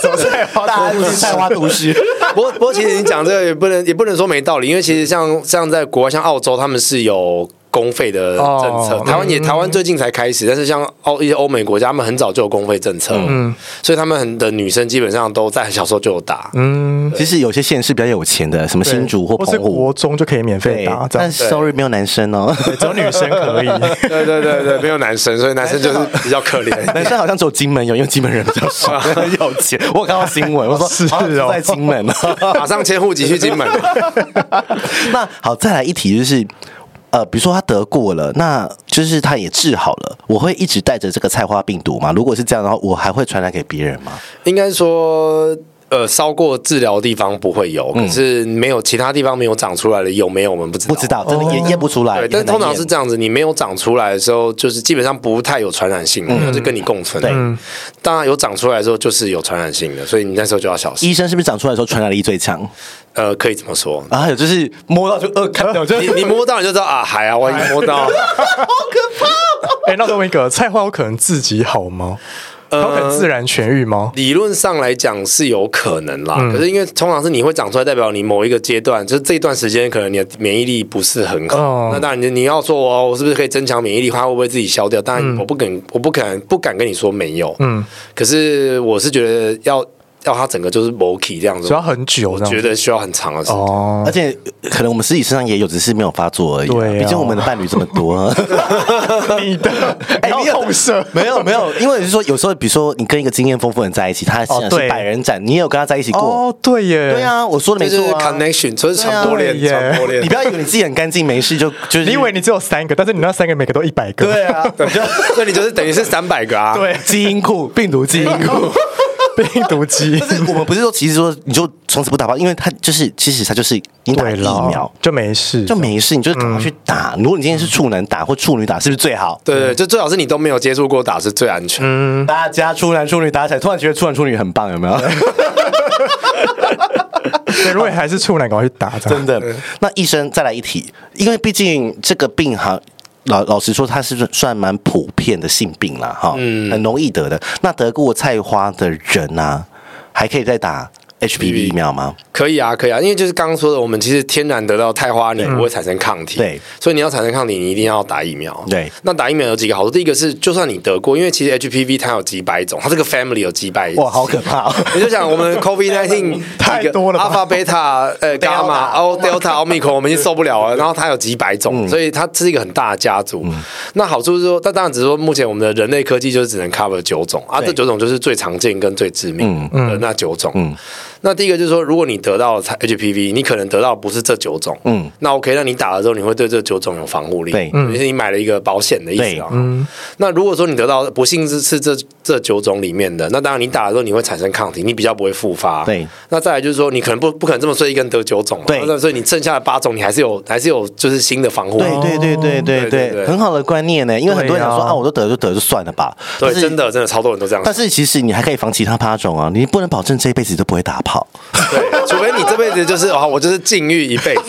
Speaker 1: 什么菜花大安是菜花都市，
Speaker 3: 不过，不过，其实你讲这个也不能，也不能说没道理，因为
Speaker 1: 嗯
Speaker 3: 其实像像在国外，像澳洲，他们是有公费的政策，
Speaker 2: 哦
Speaker 3: 台湾
Speaker 1: 嗯
Speaker 3: 也、台湾最近才开始，但是像欧一些欧美国家，他们很早就有公费政策，嗯，所以他们很的女生基本上都在小时候就有打，嗯，
Speaker 1: 其实有些县市比较有钱的，什么新竹或
Speaker 2: 或是
Speaker 1: 澎湖
Speaker 2: 国，中就可以免费
Speaker 1: 对
Speaker 2: 打，，这样
Speaker 1: 但
Speaker 2: 子
Speaker 1: 是 sorry 没有男生哦，
Speaker 2: 只有女生可 以。
Speaker 3: 对对对对，没有男生，所以男生就是比较可怜。
Speaker 1: 男生好像只有金门有，因为金门人比较 少，有钱。我有看到新闻，我说
Speaker 2: 是哦
Speaker 1: 好像只在金门
Speaker 3: 马上迁户籍去金门，
Speaker 1: 那好，再来一题就是。呃，比如说他得过了，那就是他也治好了，我会一直带着这个菜花病毒吗？如果是这样的话，我还会传染给别人吗？
Speaker 3: 应该说。呃烧过治疗的地方不会有，可是没有其他地方没有长出来的有没有我们不知道
Speaker 1: 不知。道，真的验验不出来
Speaker 3: 对，。但通常是这样子，你没有长出来的时候，就是基本上不太有传染性，就是跟你共存。
Speaker 1: 对
Speaker 3: 嗯，当然有长出来的时候就是有传染性的，所以你那时候就要小心。
Speaker 1: 医生是不是长出来的时候传染力最强？
Speaker 3: 呃，可以这么说，
Speaker 1: 然后还有就是摸到就呃，看到 就
Speaker 3: 你你摸到你就知道啊，海啊，万一摸到，
Speaker 2: 哎，那我问一个，菜花有可能自己好吗？
Speaker 3: 呃
Speaker 2: 它有可能自然痊愈吗？
Speaker 3: 理论上来讲是有可能
Speaker 2: 嗯
Speaker 3: 啦。可是因为通常是你会长出来，代表你某一个阶段，就是这一段时间可能你的免疫力不是很好。
Speaker 2: 哦
Speaker 3: 那当然你你要说哦，我是不是可以增强免疫力？它会不会自己消掉？当
Speaker 2: 嗯
Speaker 3: 然我不敢，我不敢，不敢跟你说没有。嗯，可是我是觉得要要它整个就是 m o k 这样子，
Speaker 2: 主要很久
Speaker 3: 我
Speaker 2: 这样
Speaker 3: 觉
Speaker 2: 子
Speaker 3: 得需要很长的时间。
Speaker 2: 哦
Speaker 1: 而，且可能我们自己身上也有，只是没有发作而已啊。
Speaker 2: 对啊
Speaker 1: 毕竟我们的伴侣这么多。
Speaker 2: 你 的
Speaker 1: 哎
Speaker 2: 你
Speaker 1: 你
Speaker 2: 要
Speaker 1: 有
Speaker 2: 痛射
Speaker 1: 没有没有，因为是说有时候，比如说你跟一个经验丰富的人在一起，他
Speaker 2: 哦
Speaker 1: 想
Speaker 2: 对
Speaker 1: 是百人斩，你也有跟他在一起过。
Speaker 2: 哦，对耶，
Speaker 1: 对，啊，我说的
Speaker 3: 这
Speaker 1: 没
Speaker 3: 就是
Speaker 1: 错啊。
Speaker 3: connection，就是传播链，
Speaker 2: 对啊
Speaker 3: 传播链。
Speaker 1: 你不要以为你自己很干净，没 事就就是
Speaker 2: 你以为你只有三个，但是你那三个每个都一百个，
Speaker 1: 对 啊，我就
Speaker 3: 所以你就是等于是三百个啊。
Speaker 2: 对
Speaker 1: 基因库病毒基因库。
Speaker 2: 病毒机
Speaker 1: 就。是我们不是说，其实说你就从此不打包，因为它就是其实它就是你打
Speaker 2: 对
Speaker 1: 疫
Speaker 2: 了嗯
Speaker 1: 苗
Speaker 2: 就没事，
Speaker 1: 就没事，你就是赶快去打。如果你今天是处男打或处女打，是不是最好？
Speaker 3: 对对，就最好是你都没有接触过打是最安全的。
Speaker 2: 嗯
Speaker 1: 大家处男处女打起来，突然觉得处男处女很棒，有 没有？
Speaker 2: 对如果你还是处男，赶快去 打，
Speaker 1: 真的。那医生再来一题，因为毕竟这个病哈。老老实说，它是算蛮普遍的性病啦，哈，很容易得的。那得过菜花的人啊，还可以再打 HPV 疫苗吗？
Speaker 3: 可以啊，可以啊，因为就是刚刚说的，我们其实天然得到泰花，你不会产生抗体，
Speaker 1: 嗯对，
Speaker 3: 所以你要产生抗体，你一定要打疫苗，
Speaker 1: 对
Speaker 3: 那打疫苗有几个好处，第一个是，就算你得过，因为其实 HPV 它有几百种，它这个 family 有几百，
Speaker 1: 哇，好可怕、哦！
Speaker 3: 你就想我们 COVID nineteen
Speaker 2: 太多了吧
Speaker 3: alpha、beta、呃、gamma、o delta、omicron，我们已经受不了
Speaker 2: 嗯
Speaker 3: 了。然后它有几百种，所以它是一个很大的家族。那好处是说，但当然只是说，目前我们的人类科技就是只能 cover 九种啊，
Speaker 1: 对
Speaker 3: 这九种就是最常见跟最致命
Speaker 2: 嗯
Speaker 3: 的呃那九种。那第一个就是说，如果你得到了 HPV，你可能得到不是这九种，嗯
Speaker 1: 嗯，
Speaker 3: 那 OK，那你打了之后，你会对这九种有防护力，
Speaker 1: 对
Speaker 3: 因为你买了一个保险的意思啊。那如果说你得到不幸是是这这九种里面的，那当然你打的时候你会产生抗体，你比较不会复发。
Speaker 1: 对，
Speaker 3: 那再来就是说，你可能不不可能这么衰一根得九种嘛，
Speaker 1: 对
Speaker 3: 那所以你剩下的八种你还是有还是有就是新的防护力。
Speaker 1: 对对对对对
Speaker 3: 对对
Speaker 1: 对，很好的观念呢。因为很多人想说
Speaker 2: 对啊
Speaker 1: 啊，我都得就得就算了吧。
Speaker 3: 对，
Speaker 1: 但是
Speaker 3: 真。的真的超多人都这样想
Speaker 1: 但。是其实你还可以防其他八种啊，你不能保证这一辈子都不会打炮。
Speaker 3: 对，除非你这辈子就是啊、我就是禁欲一辈子。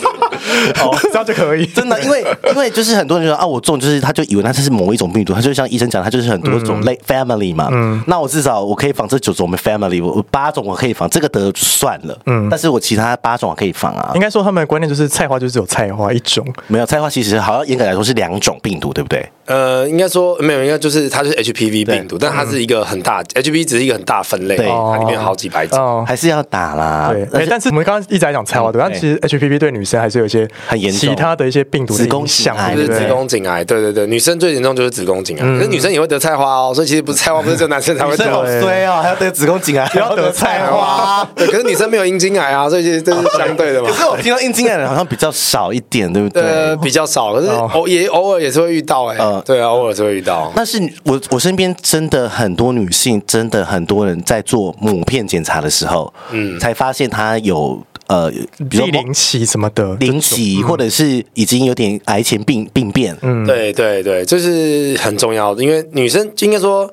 Speaker 2: 哦， 这样就可以，
Speaker 1: 真的， 因为因为就是很多人就说啊，我中就是他就以为他这是某一种病毒，他就像医生讲，他就是很多
Speaker 2: 嗯
Speaker 1: 种类、family 嘛。那我至少我可以防这九种我们 family，我我八种我可以防，这个得就算了。嗯，但是我其他八种我可以防啊
Speaker 2: 应。该说他们的观念就是菜花就是有菜花一种，
Speaker 1: 没有菜花其实好像严格来说是两种病毒，对不对？
Speaker 3: 呃，应该说没有，应该就是它就是 HPV
Speaker 1: 对嗯
Speaker 3: 病毒，但它是一个很大、HPV 只是一个很大分类，
Speaker 1: 对
Speaker 3: 它里面有好几百种。
Speaker 2: 哦，
Speaker 1: 还是要打啦。
Speaker 2: 对，哎，但是我们刚刚一直在讲菜花毒，但其实 HPV 对女生还是有一些
Speaker 1: 很严重
Speaker 2: 其他的一些病毒的
Speaker 1: 子宫
Speaker 2: 影响
Speaker 1: 颈癌
Speaker 3: 就
Speaker 2: 对
Speaker 3: 是
Speaker 2: 不
Speaker 3: 子
Speaker 2: 对？
Speaker 3: 宫颈癌，对对对，女生最严重就是子宫颈癌，
Speaker 1: 嗯
Speaker 3: 可是女生也会得菜花哦，所以其实不是菜花，不是只有男生才会
Speaker 1: 好
Speaker 3: 得。
Speaker 1: 衰哦，还要得子宫颈癌，还
Speaker 2: 哎要得 菜花。
Speaker 3: 对，可是女生没有阴茎癌啊，所以其实这是相对的嘛
Speaker 1: 可。是我听到阴茎癌的人好像比较少一点， 对不对？
Speaker 3: 呃，比较少，可是
Speaker 2: 哦
Speaker 3: 偶也偶尔也是会遇到哎、
Speaker 1: 呃
Speaker 3: 对啊，偶尔是会遇到。
Speaker 1: 但是我我身边真的很多女性，真的很多人在做母片检查的时候，嗯，才发现她有呃，比如
Speaker 2: 第
Speaker 1: 说
Speaker 2: 零期什么的，
Speaker 1: 零期，或者是已经有点癌前病病变，嗯，
Speaker 3: 对对对，这是很重要的，因为女生应该说。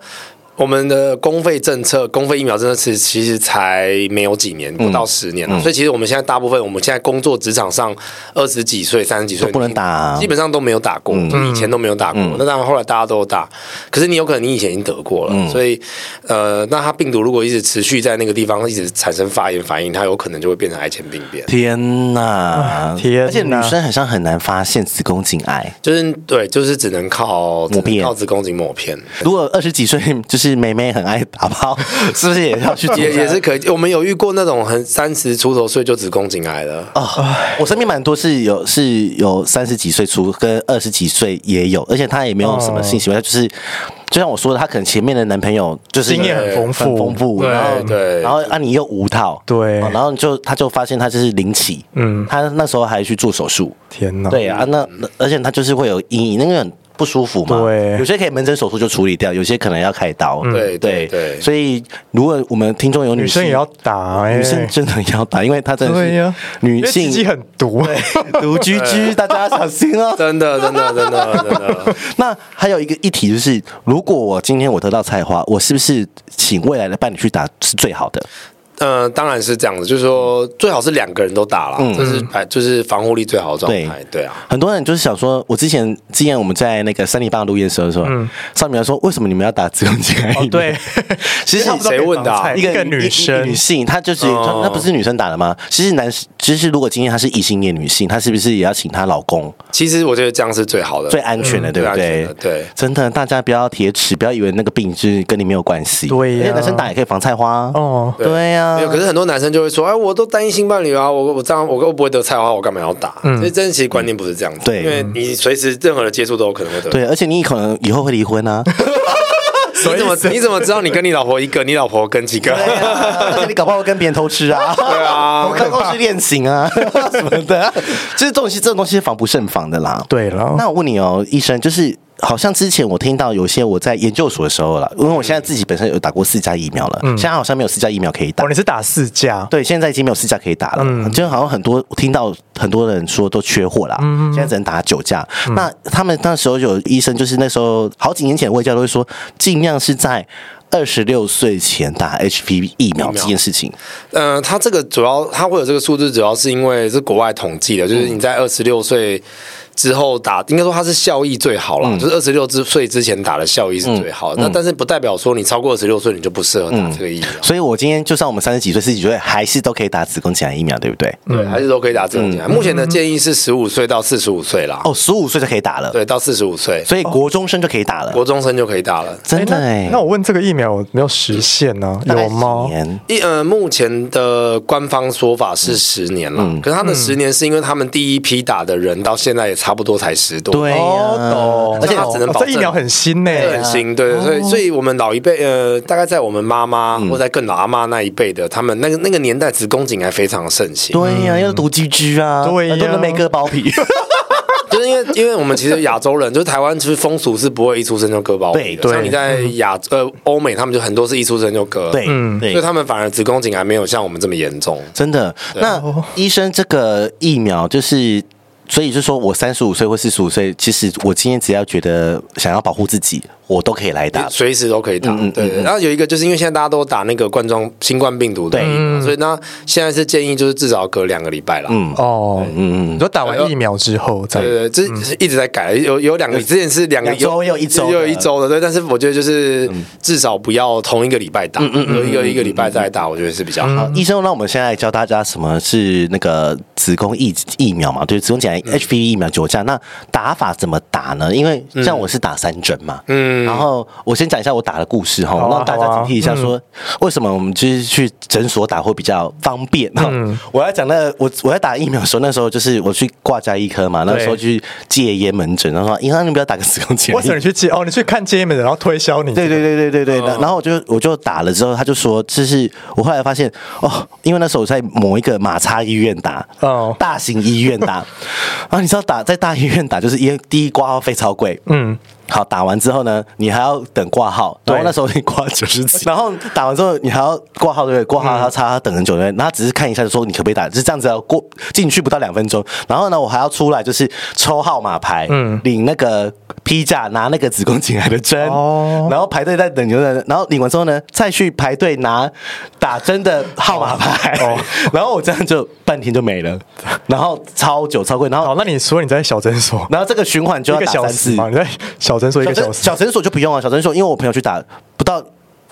Speaker 3: 我们的公费政策、公费疫苗政策是其实才没有几年，不
Speaker 1: 嗯
Speaker 3: 到十年了、所以其实我们现在大部分，我们现在工作职场上二十几岁、三十几岁
Speaker 1: 都不能打嗯啊
Speaker 3: 基本上都没有打过，就是以前都没有打过。那当然后来大家都有打，可是你有可能你以前已经得过
Speaker 1: 嗯
Speaker 3: 了，所以呃，那它病毒如果一直持续在那个地方一直产生发炎反应，它有可能就会变成癌前病变。
Speaker 1: 天哪，
Speaker 2: 天哪
Speaker 1: 而且女生好像很难发现子宫颈癌。
Speaker 3: 就是对，就是只能靠只能
Speaker 1: 抹片
Speaker 3: 靠子宫颈抹片。
Speaker 1: 如果二十几岁就是妹妹很爱打炮，是不是也 要去做一下
Speaker 3: 也也是可以。我们有遇过那种很三十出头岁就子宫颈癌的，
Speaker 1: 哦，我身边蛮多是有是有三十几岁出跟二十几岁也有，而且他也没有什么
Speaker 2: 啊
Speaker 1: 性行为，他就是就像我说的，他可能前面的男朋友就是
Speaker 2: 经验很丰富
Speaker 1: 很丰富，
Speaker 3: 对
Speaker 1: 然后
Speaker 3: 对
Speaker 1: 然后啊你又无套，
Speaker 2: 对
Speaker 1: 哦然后就他就发现他就是零期，嗯，他那时候还去做手术，
Speaker 2: 天哪，
Speaker 1: 对啊，那那而且他就是会有阴影，那个很不舒服嘛。
Speaker 2: 对嗯
Speaker 1: 有些可以门诊手术就处理掉，有些可能要开刀。
Speaker 3: 对对对
Speaker 1: 所以如果我们听众有
Speaker 2: 女
Speaker 1: 女性
Speaker 2: 生也要打哎、
Speaker 1: 女生真的要打，因为她真的
Speaker 2: 对呀
Speaker 1: 是，女
Speaker 2: 因为
Speaker 1: 性
Speaker 2: 鸡鸡很毒，
Speaker 1: 独居居，大家要小心 哦。
Speaker 3: 真的真的真的真 的，
Speaker 1: 那还有一个议题就是，如果我今天我得到菜花，我是不是请未来的伴侣去打是最好的？
Speaker 3: 呃，当然是这样子，就是说最好是两个人都打啦，
Speaker 1: 嗯
Speaker 3: 这是哎就是防护力最好的状态，对啊。
Speaker 1: 很多人就是想说，我之前之前我们在那个三零八录音的时候说，上面说为什么你们要打子宫颈癌？
Speaker 2: 哦 对，
Speaker 1: 其实
Speaker 3: 因为他们都
Speaker 2: 谁问的啊
Speaker 1: 一
Speaker 2: 一
Speaker 1: 个
Speaker 2: 个女生
Speaker 1: 一个女性，她就是
Speaker 3: 哦
Speaker 1: 她不是女生打的吗？其实男，其实如果今天她是异性恋女性，她是不是也要请她老公
Speaker 3: 其实我觉得这样是最好的，
Speaker 1: 最安全的，对不
Speaker 3: 嗯最安全
Speaker 1: 对
Speaker 3: 的？对
Speaker 1: 真的，大家不要铁齿，不要以为那个病是跟你没有关系。
Speaker 2: 对呀
Speaker 1: 因为男生打也可以防菜花。啊
Speaker 2: 哦
Speaker 1: 对啊呀
Speaker 3: 啊没有，可是很多男生就会说，哎，我都单一性伴侣啊，我我这样我又不会得菜花，我干嘛要打？所以真的其实观念不是这样子，
Speaker 1: 嗯对
Speaker 3: 因为你随时任何的接触都有可能会得。
Speaker 1: 对，而且你可能以后会离婚 啊，
Speaker 3: 你怎么你怎么知道你跟你老婆一个，你老婆跟几个？
Speaker 1: 对啊而且你搞不好会跟别人偷吃啊，对
Speaker 3: 啊
Speaker 1: 我看过是恋情 啊什么的，就是这种东西，这种东西是防不胜防的啦。
Speaker 2: 对了，
Speaker 1: 那我问你哦，医生，就是好像之前我听到有些我在研究所的时候了，因为我现在自己本身有打过四价疫苗了，
Speaker 2: 嗯
Speaker 1: 现在好像没有四价疫苗可以打
Speaker 2: 哦，。你是打四架，
Speaker 1: 对，现在已经没有四价可以打了，就好像很多听到很多人说都缺货啦，现在只能打九价。那他们那时候有医生，就是那时候好几年前的卫教都会说，尽量是在二十六岁前打 HPV 疫苗这件事情。
Speaker 3: 嗯，它这个主要它会有这个数字，主要是因为是国外统计的，就是你在二十六岁之后打，应该说它是效益最好啦，就是二十六之岁之前打的效益是最好的。那、但是不代表说你超过二十六岁你就不适合打这个疫苗。
Speaker 1: 所以我今天就算我们三十几岁、四十几岁，还是都可以打子宫颈癌疫苗，对不对？
Speaker 3: 对，还是都可以打这种疫苗。目前的建议是十五岁到四十五岁啦，
Speaker 1: 哦，十五岁就可以打了，
Speaker 3: 对，到四十五岁，
Speaker 1: 所以国中生就可以打了，
Speaker 3: 国中生就可以打了。
Speaker 2: 哎
Speaker 1: 真的哎、
Speaker 2: 那那我问这个疫苗有没有实现呢、
Speaker 1: 大概
Speaker 2: 有吗
Speaker 1: 几？年
Speaker 3: 一呃，目前的官方说法是十年了，可是他们十年是因为他们第一批打的人到现在也差不多才十多，
Speaker 1: 对呀、
Speaker 2: 哦，懂，
Speaker 3: 而且它只能
Speaker 2: 哦
Speaker 3: 保
Speaker 2: 这
Speaker 3: 证
Speaker 2: 疫苗很新呢、
Speaker 1: 啊
Speaker 3: 对很新，
Speaker 1: 哦
Speaker 3: 对，所以所以我们老一辈，呃，大概在我们妈妈
Speaker 1: 嗯
Speaker 3: 或在更老阿妈那一辈的，他们那个那个年代，子宫颈癌非常盛行，
Speaker 1: 对呀、要读鸡居啊，
Speaker 2: 对呀
Speaker 1: 很多人没割包皮，
Speaker 3: 就是因为因为我们其实亚洲人，就是台湾其实风俗是不会一出生就割包皮的，
Speaker 2: 对对
Speaker 3: 像你在亚呃欧美，他们就很多是一出生就割，
Speaker 1: 对，
Speaker 3: 所以
Speaker 1: 对。
Speaker 3: 他们反而子宫颈癌没有像我们这么严重。
Speaker 1: 真的，那医生这个疫苗就是，所以就说我三十五岁或四十五岁，其实我今天只要觉得想要保护自己，我都可以来打。
Speaker 3: 随时都可以打。
Speaker 1: 嗯嗯
Speaker 3: 对，
Speaker 1: 嗯嗯
Speaker 3: 然后有一个就是因为现在大家都打那个冠状新冠病毒的
Speaker 1: 对
Speaker 3: 疫苗，所以那现在是建议就是至少隔两个礼拜啦。
Speaker 1: 嗯
Speaker 2: 哦，
Speaker 1: 嗯
Speaker 2: 你
Speaker 1: 嗯，
Speaker 2: 说打完疫苗之后再
Speaker 3: 对对对，这是一直在改，有有两个之前是两个
Speaker 1: 两周又一周的嗯
Speaker 3: 又一周的，对。但是我觉得就是至少不要同一个礼拜打，有一个一个礼拜再
Speaker 1: 嗯
Speaker 3: 打，我觉得是比较
Speaker 2: 嗯
Speaker 3: 好。
Speaker 1: 好，医生，那我们现在教大家什么是那个子宫疫疫苗嘛？就是子宫颈癌
Speaker 2: 嗯
Speaker 1: HPV 疫苗九价，那打法怎么打呢？因为
Speaker 2: 嗯
Speaker 1: 像我是打三针嘛，嗯，然后我先讲一下我打的故事哈，
Speaker 2: 啊
Speaker 1: 让大家
Speaker 2: 好啊
Speaker 1: 警惕一下，说为什么我们就是去诊所打会比较方便哈。
Speaker 2: 嗯
Speaker 1: 我要讲那个我我在打疫苗的时候，那时候就是我去挂加医科嘛，那时候去戒烟门诊，然后说医生，你不要打个子宫颈癌
Speaker 2: 为什么你去接？哦，你去看接医美的，然后推销你。
Speaker 1: 对对对对
Speaker 2: 嗯
Speaker 1: 对对，然然后我就我就打了之后，他就说，就是我后来发现哦，因为那时候我在某一个马叉医院打，
Speaker 2: 哦
Speaker 1: 大型医院 打，啊，你知道打在大医院打就是因为第一挂号费超贵，嗯。好，打完之后呢，你还要等挂号，然
Speaker 2: 对
Speaker 1: 后
Speaker 2: 哦
Speaker 1: 那时候你挂九 十几，然后打完之后你还要挂号对不对？挂号他差等很久对不对？然后只是看一下就说你可不可以打，就是这样子要过进去不到两分钟，然后呢我还要出来就是抽号码牌，嗯，领那个批假拿那个子宫颈癌的针，
Speaker 2: 哦
Speaker 1: 然后排队在等牛人，然后领完之后呢，再去排队拿打针的号码牌， 然后我这样就半天就没了，然后超久超贵，然
Speaker 2: 哦
Speaker 1: 后，
Speaker 2: 那你说你在小诊所
Speaker 1: 然后这个循环就要
Speaker 2: 一个
Speaker 1: 打
Speaker 2: 小
Speaker 1: 三
Speaker 2: 时
Speaker 1: 次。
Speaker 2: 嘛？你在小诊所一
Speaker 1: 小
Speaker 2: 个小
Speaker 1: 诊
Speaker 2: 时
Speaker 1: 小诊所就不用啊，小诊所因为我朋友去打不到。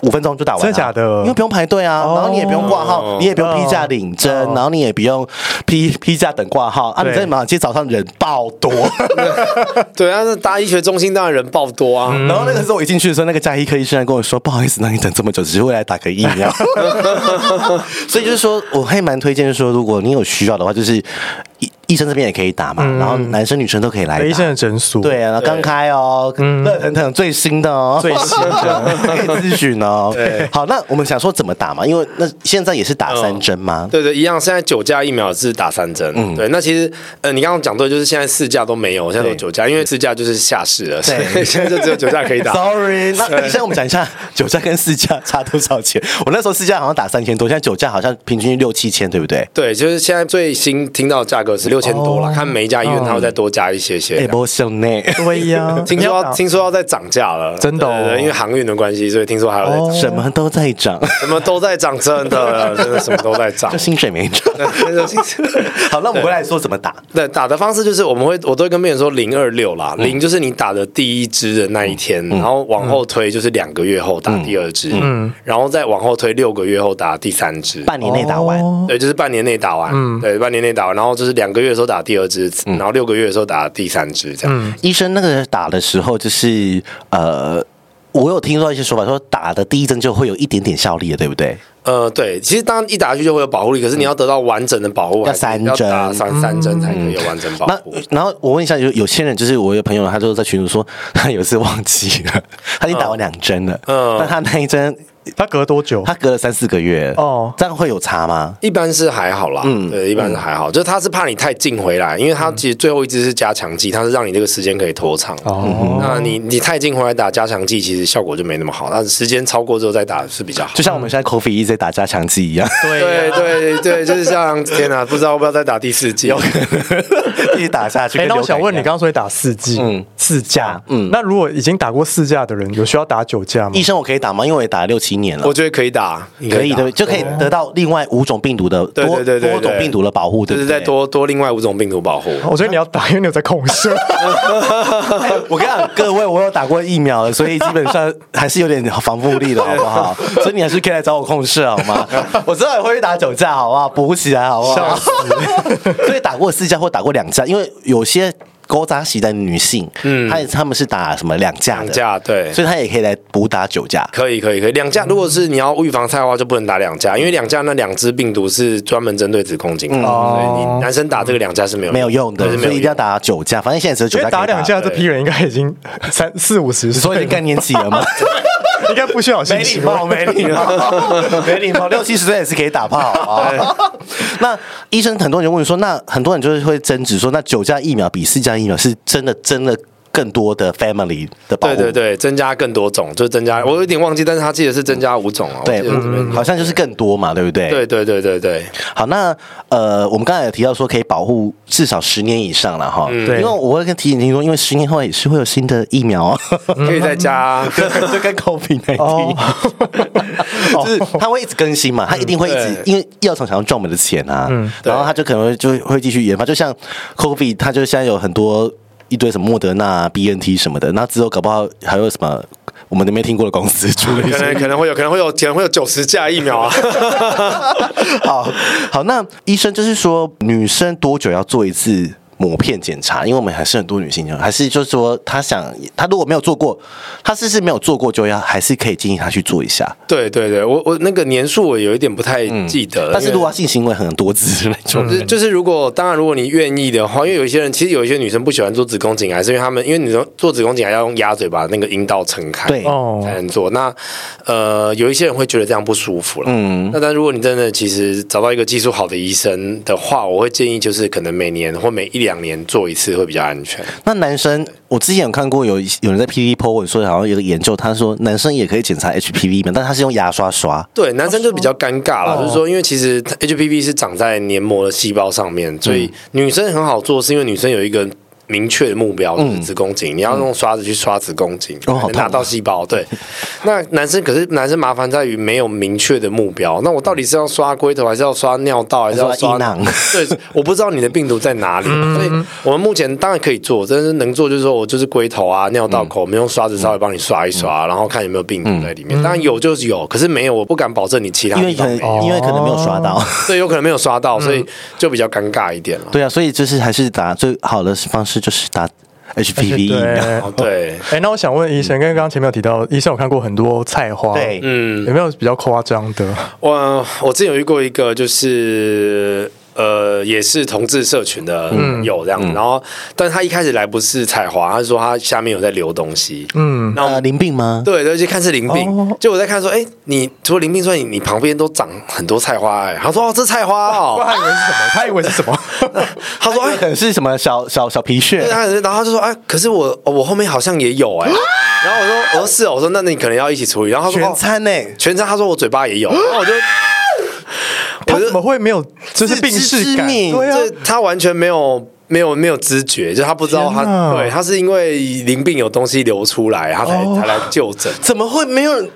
Speaker 1: 五分钟就打完了、
Speaker 2: 真的假的
Speaker 1: 因为不用排队啊，哦
Speaker 2: 哦
Speaker 1: 然后你也不用挂号，你也不用批假领针，然后你也不用批批假等挂号啊。
Speaker 2: 对
Speaker 1: 你在马上街早上人爆多，
Speaker 3: 对啊，那大医学中心当然人爆多啊，
Speaker 2: 嗯
Speaker 1: 然后那个时候我一进去的时候，那个加医科医生还跟我说：“不好意思，让你等这么久，只是为来打个疫苗。”所以就是说，我还蛮推荐说，如果你有需要的话，就是一医生这边也可以打嘛，然后男生女生都可以来
Speaker 2: 雷嗯医生
Speaker 1: 打
Speaker 2: 的。诊所，
Speaker 1: 对啊，刚开哦，热腾腾最新的哦，
Speaker 2: 最新的
Speaker 1: 可以咨询哦
Speaker 3: 对。
Speaker 1: 好，那我们想说怎么打嘛？因为那现在也是
Speaker 2: 哦
Speaker 1: 打三针吗？
Speaker 3: 对对，一样。现在九价疫苗是打三针，对。那其实，呃，你刚刚讲对，就是现在四价都没有，现在都
Speaker 1: 嗯对
Speaker 3: 九价，因为四价就是下市了，所
Speaker 1: 对
Speaker 3: 以现在就只有九价可 以 打。
Speaker 1: Sorry，那现在我们讲一下 酒驾跟私驾差多少钱？我那时候私驾好像打三千多，现在酒驾好像平均六七千，对不对？
Speaker 3: 对，就是现在最新听到的价格是六千多
Speaker 1: 哦
Speaker 3: 了，看每一家医
Speaker 1: 嗯
Speaker 3: 院它会再多加一些
Speaker 1: 哎，
Speaker 3: 些。
Speaker 1: 不行呢。
Speaker 2: 对呀，
Speaker 3: 听说
Speaker 2: 你要
Speaker 3: 要
Speaker 2: 打
Speaker 3: 听说要再涨价了，
Speaker 2: 真的哦
Speaker 3: 对对对因为航运的关系，所以听说还有在涨，
Speaker 1: 什么都在涨，
Speaker 3: 什么都在涨，真的真的什么都在涨
Speaker 1: 就。薪水没涨。好，那我们回来说怎么打。
Speaker 3: 对，打的方式就是我们会，我都会跟病人说零二六啦，零、就是你打的第一支的那一天，然后往后推就是两个月后打第二支，嗯，然后再往后推六个月后打第三支。
Speaker 1: 半年内打完，
Speaker 2: 哦
Speaker 3: 对，就是半年内打完，对，半年内打完，然后就是两个月的时候打第二支，然后六个月的时候打第三支，这样。
Speaker 1: 医生那个打的时候，就是呃，我有听到一些说法，说打的第一针就会有一点点效力了，对不对？
Speaker 3: 呃，对，其实当然一打下去就会有保护力，可是你要得到完整的保护，
Speaker 1: 要
Speaker 3: 还是
Speaker 1: 三
Speaker 3: 要打
Speaker 1: 针
Speaker 3: 三三针才可以有完整保
Speaker 1: 那
Speaker 3: 护。
Speaker 1: 然后我问一下，有有些人就是我有朋友，他就在群组说， 他有一次忘记了，他已经打完两针了，
Speaker 3: 嗯
Speaker 1: 但他那一针
Speaker 2: 他隔多久？
Speaker 1: 他隔了三四个月，
Speaker 2: 哦
Speaker 1: 这样会有差吗？
Speaker 3: 一般是还好啦，
Speaker 1: 嗯
Speaker 3: 对，一般是还好，就是他是怕你太近回来，因为他其实最后一支是加强剂，他是让你这个时间可以拖长。
Speaker 2: 哦
Speaker 3: 那你你太近回来打加强剂，其实效果就没那么好，但是时间超过之后再打是比较好
Speaker 1: 就。像我们现在 coffee 一直在打加强剂一样，
Speaker 3: 对对对，就是像天哪、不知道要不要再打第四剂。
Speaker 1: 一直打下去。
Speaker 2: 哎，
Speaker 1: 跟
Speaker 2: 那我
Speaker 1: 流感
Speaker 2: 想问你，
Speaker 1: 一样
Speaker 2: 刚刚说你打四剂，
Speaker 1: 嗯
Speaker 2: 四价，
Speaker 1: 嗯
Speaker 2: 那如果已经打过四价的人，有需要打九价吗
Speaker 1: 医？生我可以打吗？因为我也打了六七年了
Speaker 3: 我。觉得可以打，你
Speaker 1: 可以
Speaker 3: 打
Speaker 1: 对，就可以得到另外五种病毒的
Speaker 3: 对
Speaker 1: 多
Speaker 3: 对对对
Speaker 1: 多种
Speaker 3: 对
Speaker 1: 病毒的保护，对不
Speaker 3: 就是
Speaker 1: 对？
Speaker 3: 再多多另外五种病毒保护。
Speaker 2: 我哦觉得你要打，因为你有在控射。
Speaker 1: 我跟你讲，各位，我有打过疫苗了，所以基本上还是有点防护力的，好不 好？所以你还是可以来找我控制，好吗？我知道你会去打九架，好不好？补起来，好不好？ 所以打过四架或打过两架，因为有些勾扎席的女性，嗯，她她们是打什么两架的，
Speaker 3: 两架对
Speaker 1: 所以她也可以来补打九架。
Speaker 3: 可以可以可以，两价如果是你要预防菜的话，就不能打两价，因为两价那两只病毒是专门针对子宫颈的，所以你男生打这个两价嗯哦是没有
Speaker 1: 没有用的
Speaker 3: 对，是没
Speaker 1: 所
Speaker 3: 有
Speaker 1: 以一定要打九架。反正现在只有九
Speaker 2: 因
Speaker 1: 架
Speaker 2: 为
Speaker 1: 可以
Speaker 2: 打两架，这批人应该已经三四五十
Speaker 1: 你说已
Speaker 2: 岁
Speaker 1: 经
Speaker 2: 了，
Speaker 1: 更年期了 吗？
Speaker 2: 应该不需要有性
Speaker 1: 没礼
Speaker 2: 行
Speaker 1: 貌，
Speaker 2: 为。
Speaker 1: 没礼貌， 没礼貌。六七十岁也是可以打炮 啊。那医生很多人就问说，那很多人就是会争执说，那九价疫苗比四价疫苗是真的真的更多的 family 的保护？
Speaker 3: 对对对，增加更多种，就是增加，我有点忘记，但是他记得是增加五种哦。
Speaker 1: 对
Speaker 3: 我记得是
Speaker 1: 嗯好像就是更多嘛，对不对？
Speaker 3: 对。对对对对，
Speaker 1: 好，那呃，我们刚才有提到说可以保护至少十年以上了哈。
Speaker 2: 对
Speaker 1: 因为我会跟提醒您说，因为十年后也是会有新的疫苗哦，
Speaker 3: 嗯 可以再加。
Speaker 1: 就跟 COVID 那
Speaker 2: 哦
Speaker 1: 就是它会一直更新嘛，它一定会一直
Speaker 3: 哦嗯对，嗯
Speaker 1: 因为药厂想要赚我们的钱啊，
Speaker 3: 对
Speaker 1: 然后它就可能会就会继续研发，就像 COVID，它就现在有很多一堆什么莫德纳、BNT 啊什么的，那之后搞不好还有什么我们都没听过的公司出了一
Speaker 3: 可
Speaker 1: 些。
Speaker 3: 能可能会有，可能会有，可能会有九十价疫苗啊！
Speaker 1: 好好，那医生就是说，女生多久要做一次抹片检查？因为我们还是很多女性，还是就是说，她想她如果没有做过，她是不是没有做过就要还是可以建议她去做一下。
Speaker 3: 对对对，我我那个年数我有一点不太记得，
Speaker 1: 但是
Speaker 3: 因为
Speaker 1: 如果她性行为很多次那种，
Speaker 3: 就是就是，如果当然，如果你愿意的话，因为有一些人其实有一些女生不喜欢做子宫颈癌，是因为她们因为你说做子宫颈癌要用鸭嘴把那个阴道撑开，
Speaker 1: 对
Speaker 2: 哦
Speaker 3: 才能做。那呃，有一些人会觉得这样不舒服了。嗯，那但如果你真的其实找到一个技术好的医生的话，我会建议就是可能每年或每一两年做一次会比较安全。
Speaker 1: 那男生，我之前有看过有一有人在 PPT 破文说，好像有个研究，他说男生也可以检查 HPV 嘛，但他是用牙刷刷。
Speaker 3: 对，男
Speaker 1: 哦
Speaker 3: 生就比较尴尬啦，就是说，因为其实 HPV 是长在黏膜的细胞上面，所以
Speaker 1: 嗯
Speaker 3: 女生很好做，是因为女生有一个。明确的目标就是子宫颈，你要用刷子去刷子宫颈，
Speaker 1: 嗯哦好
Speaker 3: 能拿
Speaker 1: 痛
Speaker 3: 到细 胞。对，那男生可是男生麻烦在于没有明确的目标。那我到底是要刷龟头，还是要刷尿道，还是要
Speaker 1: 还是要
Speaker 3: 刷
Speaker 1: 阴囊？
Speaker 3: 对，我不知道你的病毒在哪里，所以我们目前当然可以做，但是能做就是说我就是龟头啊、尿道口，我们用刷子稍微帮你刷一刷，然后看有没有病毒在里面。当然有就是有，可是没有，我不敢保证你其他
Speaker 1: 嗯因为
Speaker 3: 地
Speaker 1: 可
Speaker 3: 方
Speaker 1: 能
Speaker 3: 没
Speaker 2: 哦
Speaker 3: 有，
Speaker 1: 因为可能没有刷 到，
Speaker 3: 对，有可能没有刷到，所以就比较尴尬一点了。
Speaker 1: 对啊，所以就是还是打最好的方式就是打 HPV 疫苗。
Speaker 2: 对
Speaker 3: 哦，对，
Speaker 2: 哎，那我想问医生，跟刚刚前面有提到，医生有看过很多菜花，
Speaker 1: 对哦
Speaker 2: 嗯，有没有比较夸张的？
Speaker 3: 我我之前有遇过一个，就是呃，也是同志社群的友这样子。然后，但是他一开始来不是彩华，他说他下面有在流东西。嗯，那我
Speaker 1: 呃，
Speaker 3: 们
Speaker 1: 淋病吗？
Speaker 3: 对，对，就看是林
Speaker 2: 哦
Speaker 3: 病。就我在看说，哎，你除了林病之外，你你旁边都长很多菜花。哎，他说哦，这菜花
Speaker 2: 不
Speaker 3: 哦。
Speaker 2: 然他以为是什么？他以为是什 么？
Speaker 3: 他说哎
Speaker 1: 可，能是什么小小小皮屑
Speaker 3: 对，他然后他就说哎，可是我哦我后面好像也有哎。然后我说我说是哦，我说那你可能要一起处理。然后他说
Speaker 1: 全
Speaker 3: 哦
Speaker 1: 餐呢、
Speaker 3: 全餐，他说我嘴巴也
Speaker 2: 啊
Speaker 3: 有。然后我就。
Speaker 2: 他怎么会没有就是病
Speaker 1: 自知
Speaker 2: 逝
Speaker 1: 之
Speaker 2: 感？
Speaker 1: 明
Speaker 2: 对啊，
Speaker 3: 这他完全没有没有没有知觉，就他不知道
Speaker 2: 天
Speaker 3: 他
Speaker 2: 哪
Speaker 3: 对他是因为淋病有东西流出来，他
Speaker 2: 哦
Speaker 3: 才、才来就诊。
Speaker 1: 怎么会没有人？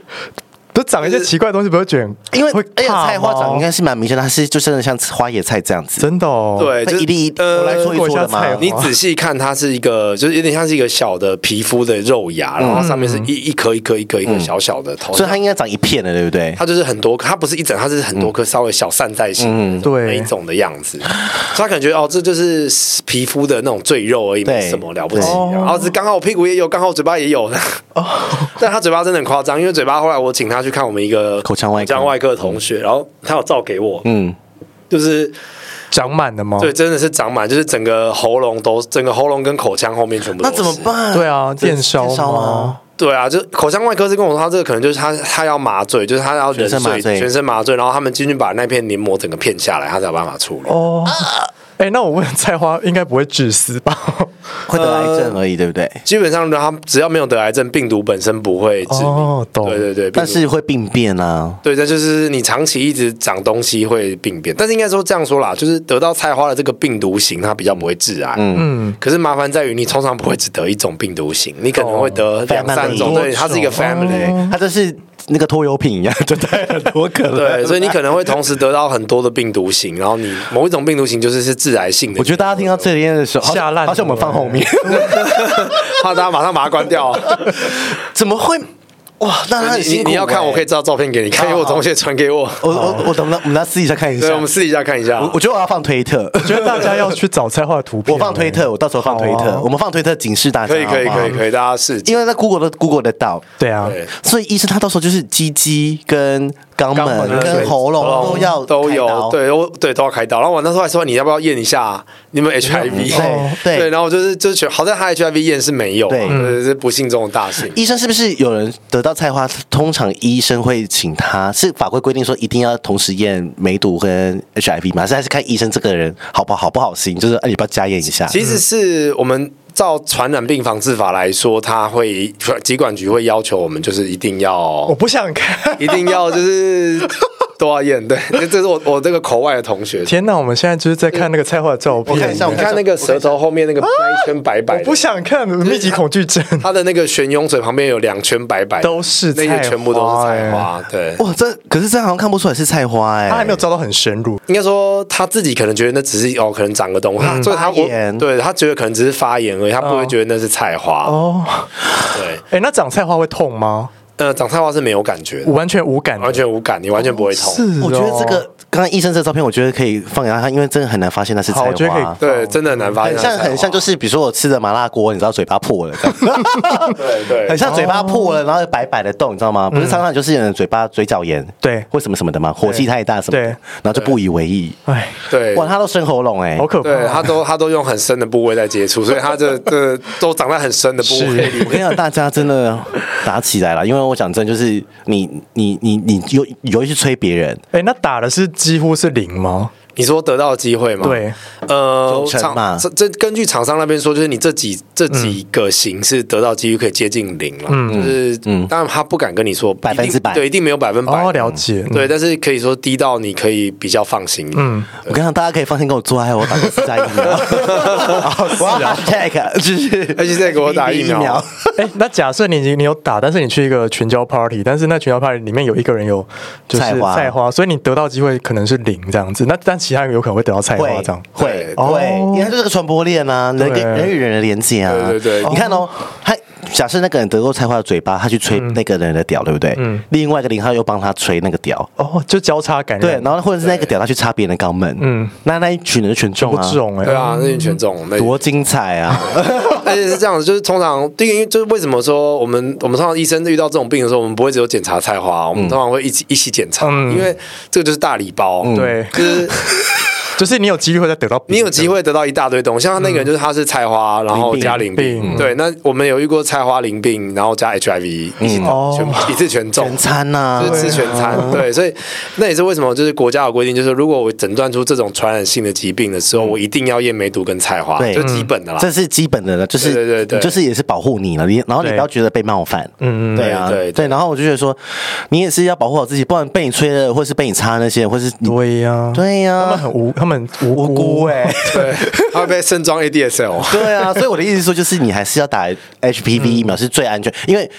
Speaker 2: 都长一些奇怪的东西，不会觉得很
Speaker 1: 因为
Speaker 2: 会
Speaker 1: 而且
Speaker 2: 怕
Speaker 1: 哎菜花
Speaker 2: 吗
Speaker 1: 长应该是蛮明显的，它是就真的像花椰菜这样子。
Speaker 2: 真的哦，，
Speaker 3: 对，
Speaker 1: 它
Speaker 3: 就是
Speaker 1: 一粒一粒，
Speaker 3: 呃
Speaker 1: 我来说
Speaker 2: 如
Speaker 1: 一
Speaker 2: 果
Speaker 1: 说
Speaker 2: 像
Speaker 1: 的
Speaker 2: 菜
Speaker 1: 嘛
Speaker 2: 花。
Speaker 3: 你仔细看，它是一个，就是有点像是一个小的皮肤的肉芽，然后上
Speaker 1: 嗯
Speaker 3: 面是一一颗一颗一颗一颗小小的头，
Speaker 1: 所以它应该长一片的，对不对？
Speaker 3: 它就是很多，它不是一整，它是很多颗稍微小散在
Speaker 1: 嗯
Speaker 3: 型，
Speaker 2: 对
Speaker 3: 那一种的样子，所以他感觉哦，这就是皮肤的那种赘肉而已，
Speaker 1: 对
Speaker 3: 没什么了不起。
Speaker 1: 对
Speaker 3: 然后是刚好我屁股也有，刚好我嘴巴 也有。但他嘴巴真的很夸张，因为嘴巴后来我请他去看我们一个
Speaker 1: 口腔外科
Speaker 3: 口腔外科的同学，然后他有照给我，
Speaker 1: 嗯，
Speaker 3: 就是
Speaker 2: 长满了
Speaker 1: 哦
Speaker 2: 吗？
Speaker 3: 对，真的是长满，就是整个喉咙都，整个喉咙跟口腔后面全部都
Speaker 1: 那
Speaker 3: 是。
Speaker 1: 怎么办？
Speaker 2: 对啊，电烧
Speaker 1: 烧
Speaker 2: 吗
Speaker 1: 吗？？
Speaker 3: 对啊，就口腔外科是跟我说，他这个可能就是他他要麻醉，就是他要
Speaker 1: 全
Speaker 3: 人
Speaker 1: 身麻
Speaker 3: 睡
Speaker 1: 醉
Speaker 3: 全身麻醉，然后他们进去把那片黏膜整个片下来，他才有办法处理。
Speaker 2: 哦， 哎，那我问菜花应该不会致死 吧？
Speaker 1: 会得癌症而已，对不对？
Speaker 3: 基本上他只要没有得癌症，病毒本身不会致命。
Speaker 2: 哦，懂，
Speaker 3: 对对对，病毒
Speaker 1: 但是会病变啊。
Speaker 3: 对，这就是你长期一直长东西会病变。但是应该说这样说啦，就是得到菜花的这个病毒型，它比较不会致癌。
Speaker 2: 嗯，
Speaker 3: 可是麻烦在于，你通常不会只得一种病毒型，你可能会得两三种，
Speaker 1: 哦 family
Speaker 3: 对，它是一个 family，、
Speaker 1: 它就是那个拖油瓶一样， 就带很多可能。
Speaker 3: 对，所以你可能会同时得到很多的病毒型，然后你某一种病毒型就是是致癌性的。
Speaker 1: 我觉得大家听到这边的时候，
Speaker 2: 吓烂了
Speaker 1: 而且我们放后面，
Speaker 3: 怕大家马上把它关掉。
Speaker 1: 怎么会？ 哇，那他很
Speaker 3: 你
Speaker 1: 辛
Speaker 3: 你
Speaker 1: 苦欸。
Speaker 3: 你要看，我可以照照片给你看，因为我同学传给我。
Speaker 1: 我，我我我等不等？我们来私底下看一下
Speaker 3: 对，我。们私底下看一下。
Speaker 1: 啊我我觉得我要放推特，
Speaker 2: 我觉得大家要去找菜花的图片，
Speaker 1: 我放推特，我到时候放推
Speaker 2: 好啊
Speaker 1: 特，我们放推特警示大家。
Speaker 3: 可以可以
Speaker 1: 好不好
Speaker 3: 可以可以，大家试。
Speaker 1: 因为那 Google 都 Google 得到，
Speaker 2: 对啊，
Speaker 3: 对
Speaker 1: 所以医生他到时候就是鸡鸡、跟肛
Speaker 2: 肛
Speaker 1: 门、
Speaker 2: 门啊
Speaker 1: 跟喉咙都要
Speaker 3: 都
Speaker 1: 开
Speaker 3: 有，
Speaker 1: 刀，
Speaker 3: 对，我对都要开刀。然后我那时候还说你要不要验一下你们 HIV？
Speaker 1: 对哦对
Speaker 3: 对，然后我就是就是觉得好在他 HIV 验是没有嘛，啊
Speaker 1: 对
Speaker 3: 对是不幸中的大幸。
Speaker 1: 医生是不是有人得到菜花？通常医生会请他，是法规规定说一定要同时验梅毒跟 HIV 吗？还是还是看医生这个人好不好不好心，就是哎，你不要加验一下。
Speaker 3: 其实是我们照传染病防治法来说，他会疾管局会要求我们就是一定
Speaker 2: 我
Speaker 3: 要。
Speaker 2: 不想看
Speaker 3: 一定要就是 都要验。对，这这是我我这个口外的同学。
Speaker 2: 天哪，我们现在就是在看那个菜花的照片，
Speaker 1: 我看一下
Speaker 3: 你看那个舌头后面那个那一圈白白
Speaker 2: 我
Speaker 3: 的，
Speaker 2: 不想看密集恐惧 症，
Speaker 3: 他的那个悬雍嘴旁边有两圈白白的，
Speaker 2: 都是
Speaker 3: 那些
Speaker 2: 菜
Speaker 3: 全部都是
Speaker 2: 花
Speaker 3: 菜
Speaker 2: 欸
Speaker 3: 花。对，
Speaker 1: 哇，这可是这好像看不出来是菜花哎、
Speaker 2: 他还没有照到很深入。
Speaker 3: 应该说他自己可能觉得那只是哦，可能长个东西，所以他
Speaker 1: 发炎
Speaker 3: 我对他觉得可能只是发炎而已，他不会
Speaker 2: 嗯哦
Speaker 3: 觉得那是菜花。
Speaker 2: 哦，
Speaker 3: 对，
Speaker 2: 哎，那长菜花会痛吗？
Speaker 3: 呃，长菜花是没有感觉的
Speaker 2: 我，完全无感，
Speaker 3: 完全无感，你完全不会痛。
Speaker 2: 是哦。
Speaker 1: 我觉得这个刚刚医生这照片，我觉得可以放给他，因为真的很难发现那是菜
Speaker 2: 好我觉得可以
Speaker 1: 花。
Speaker 3: 对，真的很难发现
Speaker 1: 很
Speaker 3: 它是菜
Speaker 1: 像
Speaker 3: 花，
Speaker 1: 很像，就是比如说我吃的麻辣锅，你知道嘴巴破了，这样
Speaker 3: 对对，
Speaker 1: 很像嘴巴破了，然后有白白的洞，你知道吗？不是常常就是有人嘴巴嘴角炎，
Speaker 2: 对
Speaker 1: 或什么什么的嘛，火气太大什么的，
Speaker 2: 对
Speaker 1: 然后就不以为意。
Speaker 2: 哎，
Speaker 3: 对。
Speaker 1: 哇，他都生喉咙哎
Speaker 2: 好，可怕
Speaker 3: 对他都他都用很深的部位在接触，所以 他这这都长在很深的部位里
Speaker 1: 我跟你讲，大家真的打起来了，因为我讲真，就是你你你你有有一去催别人，
Speaker 2: 哎，那打的是几乎是零吗？
Speaker 3: 你说得到的机会吗？
Speaker 2: 对，
Speaker 3: 呃，
Speaker 1: 九成嘛嗯
Speaker 3: 厂这这根据厂商那边说，就是你这几这几个型是得到几率可以接近零了，就是当然他不敢跟你说
Speaker 1: 嗯百分之百
Speaker 3: 一定对，一定没有百分百，
Speaker 2: 哦，了解，嗯
Speaker 3: 对，但是可以说低到你可以比较放心。嗯，
Speaker 1: 我跟你讲，大家可以放心跟我做爱，我打过四价疫苗，我要 hashtag 就是，
Speaker 3: 而且再给我打疫苗
Speaker 2: 哎，那假设你已经你有打，但是你去一个群交 party，但是那群交 party 里面有一个人有就是
Speaker 1: 菜花
Speaker 2: 菜花，所以你得到机会可能是零这样子。那但其他人有可能会得到菜花
Speaker 1: 会
Speaker 2: 这样。
Speaker 1: 会
Speaker 3: 对
Speaker 1: 会，
Speaker 2: 哦
Speaker 1: 因为它就是个传播链啊，人跟
Speaker 2: 对
Speaker 1: 人与人的连接啊。
Speaker 3: 对对对
Speaker 1: 你看哦，他假设那个人得过菜花的嘴巴，他去
Speaker 2: 嗯
Speaker 1: 吹那个人的屌，对不对？另外一个零号又帮他吹那个屌，
Speaker 2: 哦，就交叉感
Speaker 1: 对
Speaker 2: 染，，
Speaker 1: 然后或者是那个屌他去插别人的肛门，嗯，那那一群人就全中
Speaker 2: 不
Speaker 1: 啊，
Speaker 2: 中
Speaker 3: 对
Speaker 2: 哎，
Speaker 3: 啊，那你全中，那
Speaker 1: 多精彩 啊！
Speaker 3: 而且是这样子，就是通常第一个，因为就是为什么说我们我们通常医生遇到这种病的时候，我们不会只有检查菜
Speaker 1: 嗯
Speaker 3: 哦
Speaker 2: 嗯
Speaker 3: 花，我们通常会一起一起检查，因为这个就是大礼包，
Speaker 2: 对
Speaker 3: 就是。
Speaker 2: 就是你有机会再得到病，
Speaker 3: 你有机会得到一大堆东西，像那个人就是他是菜花，然后加淋
Speaker 2: 淋病
Speaker 3: 病，对。那我们有遇过菜花淋病，然后加 HIV，一起
Speaker 2: 哦
Speaker 3: 全一次全中
Speaker 1: 全，餐啊呐、
Speaker 3: 就是吃全餐。对，所以那也是为什么就是国家有规定，就是如果我诊断出这种传染性的疾病的时候，我一定要验梅毒跟菜花，
Speaker 1: 对嗯
Speaker 3: 就啊基本的啦。
Speaker 1: 这是基本的了，就是
Speaker 3: 对对对对
Speaker 1: 就是也是保护你了，你然后你
Speaker 2: 对
Speaker 1: 不要觉得被冒犯，
Speaker 2: 嗯嗯
Speaker 1: 对啊，
Speaker 3: 对对
Speaker 1: 对，然后我就觉得说，你也是要保护好自己，不然被你吹了，或是被你插那些，或是你
Speaker 2: 对啊呀、
Speaker 1: 对啊呀、
Speaker 2: 他们很无，他们无辜
Speaker 1: 无辜哎、
Speaker 3: 对，他会被盛装 ADSL。
Speaker 1: 对啊，所以我的意思是说，就是你还是要打 HPV 疫苗是最安全，因为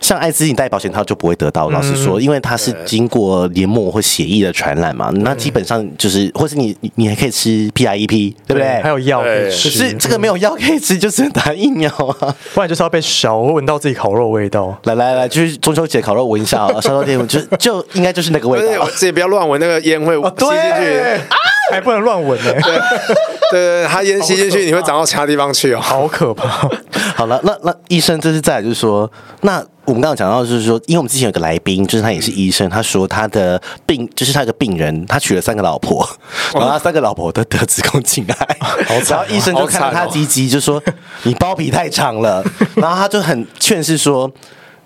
Speaker 1: 像艾滋，你戴保险套就不会得到。老实说，因为它是经过黏膜或血液的传染嘛，那基本上就是，或是你你你还可以吃 PIEP，对不对？
Speaker 2: 还有药可以
Speaker 3: 对
Speaker 2: 吃
Speaker 1: 可是这个没有药可以吃，就是打疫苗啊。
Speaker 2: 不然就是要被烧，我会闻到自己烤肉味道。
Speaker 1: 来来来，就是中秋节烤肉闻一下啊，烧肉店我就就应该就是那个味
Speaker 3: 而且
Speaker 1: 道
Speaker 3: 我。自己不要乱闻那个烟
Speaker 1: 哦
Speaker 3: 会吸进去，
Speaker 2: 还哎不能乱闻欸呢、
Speaker 3: 对对对，它烟吸进去，你会长到其他地方去哦。
Speaker 2: 好可怕！
Speaker 1: 好了，那那医生，这是再来就是说，那我们刚刚讲到就是说，因为我们之前有个来宾，就是他也是医生，他说他的病就是他有个病人，他娶了三个老婆，然后他三个老婆都得子宫颈癌， 然
Speaker 2: 哦
Speaker 1: 后医生就看到他鸡鸡 就说你包皮太长了，然后他就很劝是说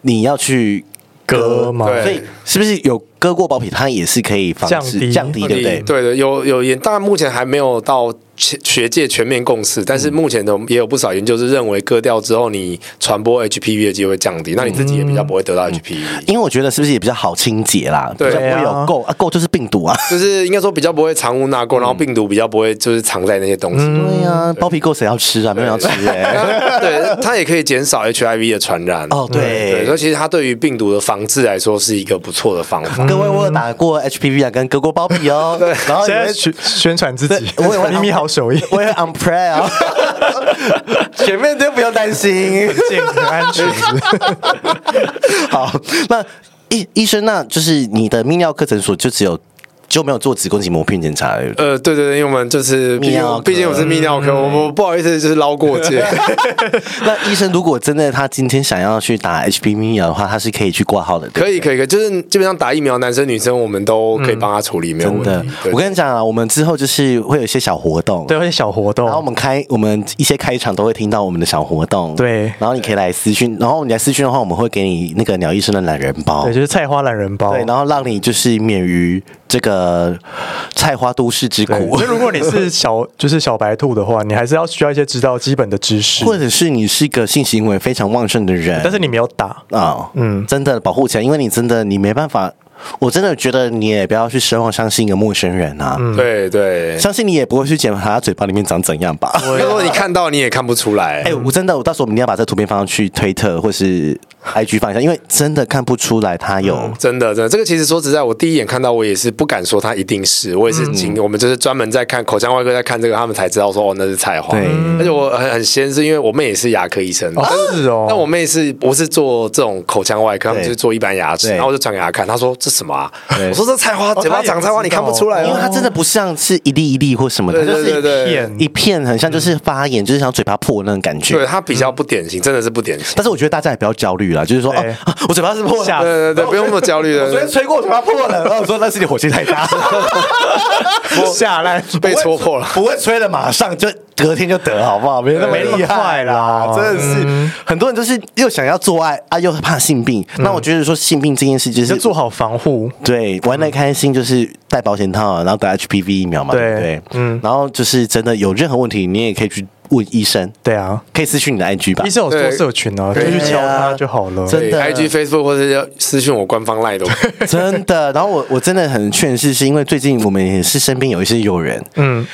Speaker 1: 你要去。
Speaker 2: 割嘛
Speaker 3: 对
Speaker 1: 所以是不是有割过包皮，它也是可以防止
Speaker 2: 降低
Speaker 1: 降低，对不对？
Speaker 3: 对的，有有研，当然目前还没有到学学界全面共识，但是目前的也有不少研究是认为割掉之后，你传播 HPV 的机会降低，
Speaker 1: 嗯
Speaker 3: 那你自己也比较不会得到 HPV，、
Speaker 1: 因为我觉得是不是也比较好清洁啦，
Speaker 3: 对
Speaker 1: 比较不会有
Speaker 2: 啊
Speaker 1: 垢啊，垢就是病毒啊。
Speaker 3: 就是应该说比较不会藏污纳垢，然后病毒比较不会就是藏在那些东西。
Speaker 1: 对啊，包皮垢谁要吃啊？没有人要吃哎。
Speaker 3: 对，它也可以减少 HIV 的传染。
Speaker 1: 哦对
Speaker 3: 对，所以其实它对于病毒的防治来说是一个不错的方法。
Speaker 1: 各位，我有打过 HPV 啊，跟割过包皮哦。对，然后
Speaker 2: 现
Speaker 1: 也
Speaker 2: 在
Speaker 1: 会
Speaker 2: 宣宣传自己，
Speaker 1: 我也会
Speaker 2: 咪咪好手艺，
Speaker 1: 我也会 on prayer 啊，前面都不用担心。
Speaker 2: 健康安全。
Speaker 1: 好，那医医生，那就是你的泌尿科诊所就只有就没有做子宫颈膜片检查而已。
Speaker 3: 呃，对对对，因为我们就是
Speaker 1: 泌
Speaker 3: 毕
Speaker 1: 尿
Speaker 3: 竟
Speaker 1: 科
Speaker 3: 毕竟我是泌尿
Speaker 1: 嗯
Speaker 3: 科，我我不好意思就是捞 过界。
Speaker 1: 那医生如果真的他今天想要去打 HPV 疫苗的话，他是可以去挂号的。对
Speaker 3: 可以可以可以，就是基本上打疫苗，男生女生我们都可以帮他处理，没有
Speaker 1: 真
Speaker 3: 问
Speaker 1: 的
Speaker 3: 题。对，
Speaker 1: 我跟你讲啊，我们之后就是会有一些小活 动。
Speaker 2: 对，。而且小活动
Speaker 1: 然后我，们开我们一些开场都会听到我们的小活动，
Speaker 2: 对
Speaker 1: 然后你可以来私讯，然后你来私讯的话，我们会给你那个鸟医生的懒人包，
Speaker 2: 对，就是菜花懒人包。
Speaker 1: 对，然后让你就是免于这个菜花都市之
Speaker 2: 对，
Speaker 1: 苦
Speaker 2: 所以，如果你是 小，就是小白兔的话，你还是要需要一些知道基本的知识，
Speaker 1: 或者是你是一个性行为非常旺盛的人，
Speaker 2: 但是你没有打。
Speaker 1: 啊，嗯
Speaker 2: 嗯，
Speaker 1: 真的保护起来，因为你真的你没办法，我真的觉得你也不要去奢望相信一个陌生人啊，
Speaker 2: 嗯
Speaker 3: 对对，
Speaker 1: 相信你也不会去检查他嘴巴里面长怎样吧。
Speaker 3: 如果你看到你也看不出来。
Speaker 1: 哎、我真的，我到时候我们一定要把这图片放上去推特或是 IG 放一下，因为真的看不出来他有
Speaker 3: 真的，真的，这个其实说实在，我第一眼看到，我也是不敢说它一定是，我也是经，我们就是专门在看口腔外科，在看这个，他们才知道说哦，那是菜花。
Speaker 1: 对
Speaker 3: 而且我很很先，是因为我妹也是牙科医生，
Speaker 2: 哦，是哦，
Speaker 3: 那我妹是我是做这种口腔外科，他们
Speaker 1: 对
Speaker 3: 就是做一般牙齿，
Speaker 1: 对
Speaker 3: 然后我就转给她看，她说这什么啊？
Speaker 1: 对哦
Speaker 3: 我说这菜花，嘴巴
Speaker 2: 她也
Speaker 3: 长菜花，
Speaker 2: 不知
Speaker 3: 你看不
Speaker 2: 道
Speaker 3: 出来
Speaker 1: 因为
Speaker 3: 哦。
Speaker 1: 它真的不像是一粒一粒或什么的，
Speaker 3: 对
Speaker 1: 它就
Speaker 3: 对
Speaker 1: 是
Speaker 3: 对对，
Speaker 2: 片
Speaker 1: 一片，很像就是发炎，就是像嘴巴破的那种感觉
Speaker 3: 对。它比较不典型，真的是不典型。
Speaker 1: 但是我觉得大家也不要焦虑啦，就是说，哦
Speaker 2: 对、
Speaker 1: 啊，我嘴巴是破
Speaker 2: 吓
Speaker 3: 对
Speaker 1: 的，
Speaker 2: 死
Speaker 3: 对对，不用那么焦 虑
Speaker 1: 我昨天
Speaker 3: 的，
Speaker 1: 吹过，我嘴巴破 了，然后我说那是你火气太大，
Speaker 2: 下来
Speaker 3: 被戳破了。
Speaker 1: 不会吹了，马上就隔天就得，好不好？没那么
Speaker 2: 没那么
Speaker 1: 厉害
Speaker 2: 快
Speaker 1: 啦
Speaker 2: 啦，
Speaker 1: 真的是、很多人就是又想要做爱啊，又怕性病。那我觉得说性病这件事就是
Speaker 2: 就做好防护。
Speaker 1: 对，玩的开心就是戴保险套，啊然后打 HPV 疫苗嘛，对
Speaker 2: 对
Speaker 1: 不对？嗯
Speaker 2: 嗯，
Speaker 1: 然后就是真的有任何问题，你也可以去问医生，
Speaker 2: 对啊，
Speaker 1: 可以私讯你的 IG 吧
Speaker 2: 医。生有做社群啊，就
Speaker 3: 对
Speaker 2: 去敲
Speaker 1: 对啊
Speaker 2: 他就好了。
Speaker 1: 真的
Speaker 3: i g Facebook 或者要私讯我官方 line 都可以。
Speaker 1: 真的，然后我我真的很劝是，是因为最近我们也是身边有一些友人
Speaker 2: 嗯，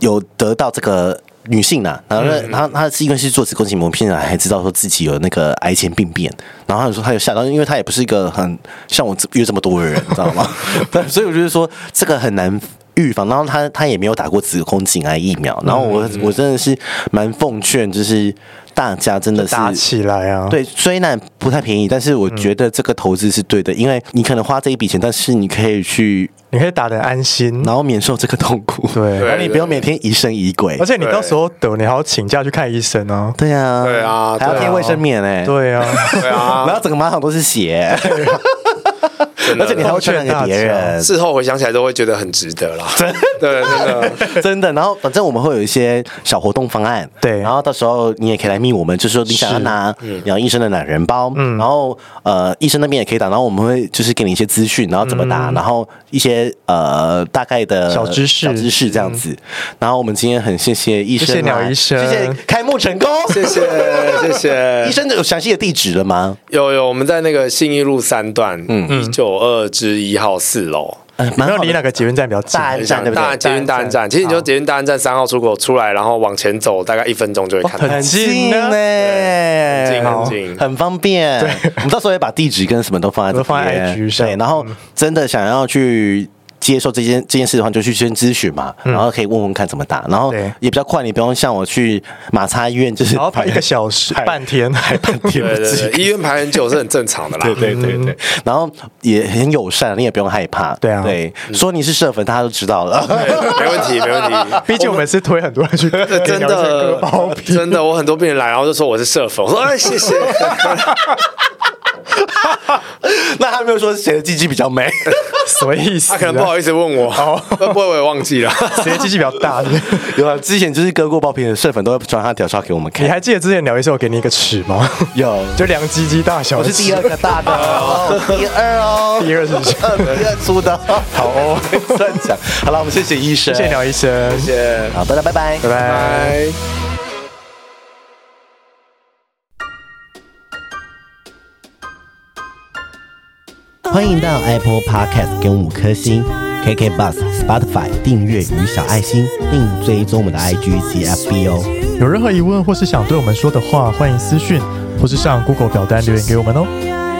Speaker 1: 有得到这个女性呐、然后呢，然后她是因为是做子宫颈膜片癌，还知道说自己有那个癌前病变，然后她有说她有吓到，因为她也不是一个很像我这约这么多的人，你知 道吗？对，所以我就是说这个很难。预防，然后她她也没有打过子宫颈癌疫苗，然后我我真的是蛮奉劝，就是大家真的是
Speaker 2: 打起来啊。
Speaker 1: 对，虽然不太便宜，但是我觉得这个投资是对的，因为你可能花这一笔钱，但是你可以去，
Speaker 2: 你可以打得安心。
Speaker 1: 然后免受这个痛苦，
Speaker 2: 对
Speaker 1: 然后你不用每天疑神疑鬼
Speaker 2: 而，且你到时候得，你还要请假去看医生啊。
Speaker 1: 对啊，
Speaker 3: 对啊
Speaker 1: 还要
Speaker 3: 对 啊
Speaker 1: 贴卫生棉哎、
Speaker 2: 对啊，
Speaker 3: 对啊
Speaker 1: 然，后整个马桶都是血，
Speaker 3: 真的
Speaker 1: 而且你还会劝那给别人，
Speaker 3: 事后回想起来都会觉得很值得啦。真对，真 的。
Speaker 1: 真的。然后反正我们会有一些小活动方案，
Speaker 2: 对
Speaker 1: 然后到时候你也可以来密我们，就是说你想要拿杨医生的懒人包，
Speaker 2: 嗯
Speaker 1: 然后呃医生那边也可以打，然后我们会就是给你一些资讯，然后怎么打，然后一些呃大概的
Speaker 2: 嗯小知识
Speaker 1: 小知识这样子。然后我们今天很谢谢医生
Speaker 2: 谢
Speaker 1: 啊，
Speaker 2: 谢鸟医生
Speaker 1: 谢谢开幕成功。
Speaker 3: 谢谢谢谢
Speaker 1: 医生有详细的地址了吗？
Speaker 3: 有有，我们在那个信义路三段，嗯，一九二至一号四楼，
Speaker 1: 呃
Speaker 2: 有没
Speaker 1: 蛮好
Speaker 2: 有
Speaker 1: 的
Speaker 2: 离哪个捷运站比较近？
Speaker 1: 大安站对不
Speaker 3: 大
Speaker 1: 对
Speaker 3: 安？捷运大安站。其实你就捷运大安站三号出口出来，然后往前走大概一分钟就会看
Speaker 2: 哦
Speaker 3: 到
Speaker 2: 很。近呢
Speaker 1: 呢，
Speaker 3: 很近
Speaker 1: 好
Speaker 3: 很近
Speaker 1: 很方便。我们到时候也把地址跟什么都放在这
Speaker 2: 都放在
Speaker 1: 边
Speaker 2: IG 上嗯
Speaker 1: 对，然后真的想要去。接受这件这件事的话，你就去先咨询嘛，然后可以问问看怎么打，然后
Speaker 2: 嗯对
Speaker 1: 也比较快，你不用像我去马叉医院，就是
Speaker 2: 然后排一个小时
Speaker 1: 排
Speaker 2: 半天
Speaker 1: 排半天
Speaker 3: 对
Speaker 1: 不
Speaker 3: 对哦
Speaker 1: 及
Speaker 3: 对，医院排很久是很正常的啦。
Speaker 1: 对对对对，然后也很友善，你也不用害怕。
Speaker 2: 对啊
Speaker 1: 对，说你是社粉，大家都知道了。
Speaker 3: 对没问题没问题。
Speaker 2: 毕竟我们是推很多人去，
Speaker 3: 真
Speaker 2: 给鸟医生割 包
Speaker 3: 的，
Speaker 2: 皮，
Speaker 3: 真的，我很多病人来，然后就说我是社粉，我说哎，谢谢。
Speaker 1: 那他没有说谁的鸡鸡比较 美，
Speaker 2: 什么意思啊？
Speaker 3: 他可能不好意思问我，会 不会我也忘记了？
Speaker 2: 谁机器比较大？
Speaker 1: 有啊，之前就是割过包皮的社粉都会传他屌照给我们看
Speaker 2: 你。还记得之前鸟医生有给你一个尺吗？
Speaker 1: 有
Speaker 2: 就量鸡鸡大小
Speaker 1: 我
Speaker 2: 的
Speaker 1: 是
Speaker 2: 尺，
Speaker 1: 第二个大 的，哦，第二哦，
Speaker 2: 第二是不是？
Speaker 1: 二第二粗的，好 哦，乱讲。好了，我们谢谢医生，
Speaker 2: 谢谢，鸟医生，
Speaker 3: 谢谢，
Speaker 1: 好，大家拜拜，
Speaker 2: 拜拜。
Speaker 3: 拜。
Speaker 4: 欢迎到 Apple Podcast 给我们五颗星，KK Bus、Spotify 订阅与小爱心，并追踪我们的 IG 及 FB 哦。
Speaker 2: 有任何疑问或是想对我们说的话，欢迎私讯或是上 Google 表单留言给我们哦。
Speaker 5: I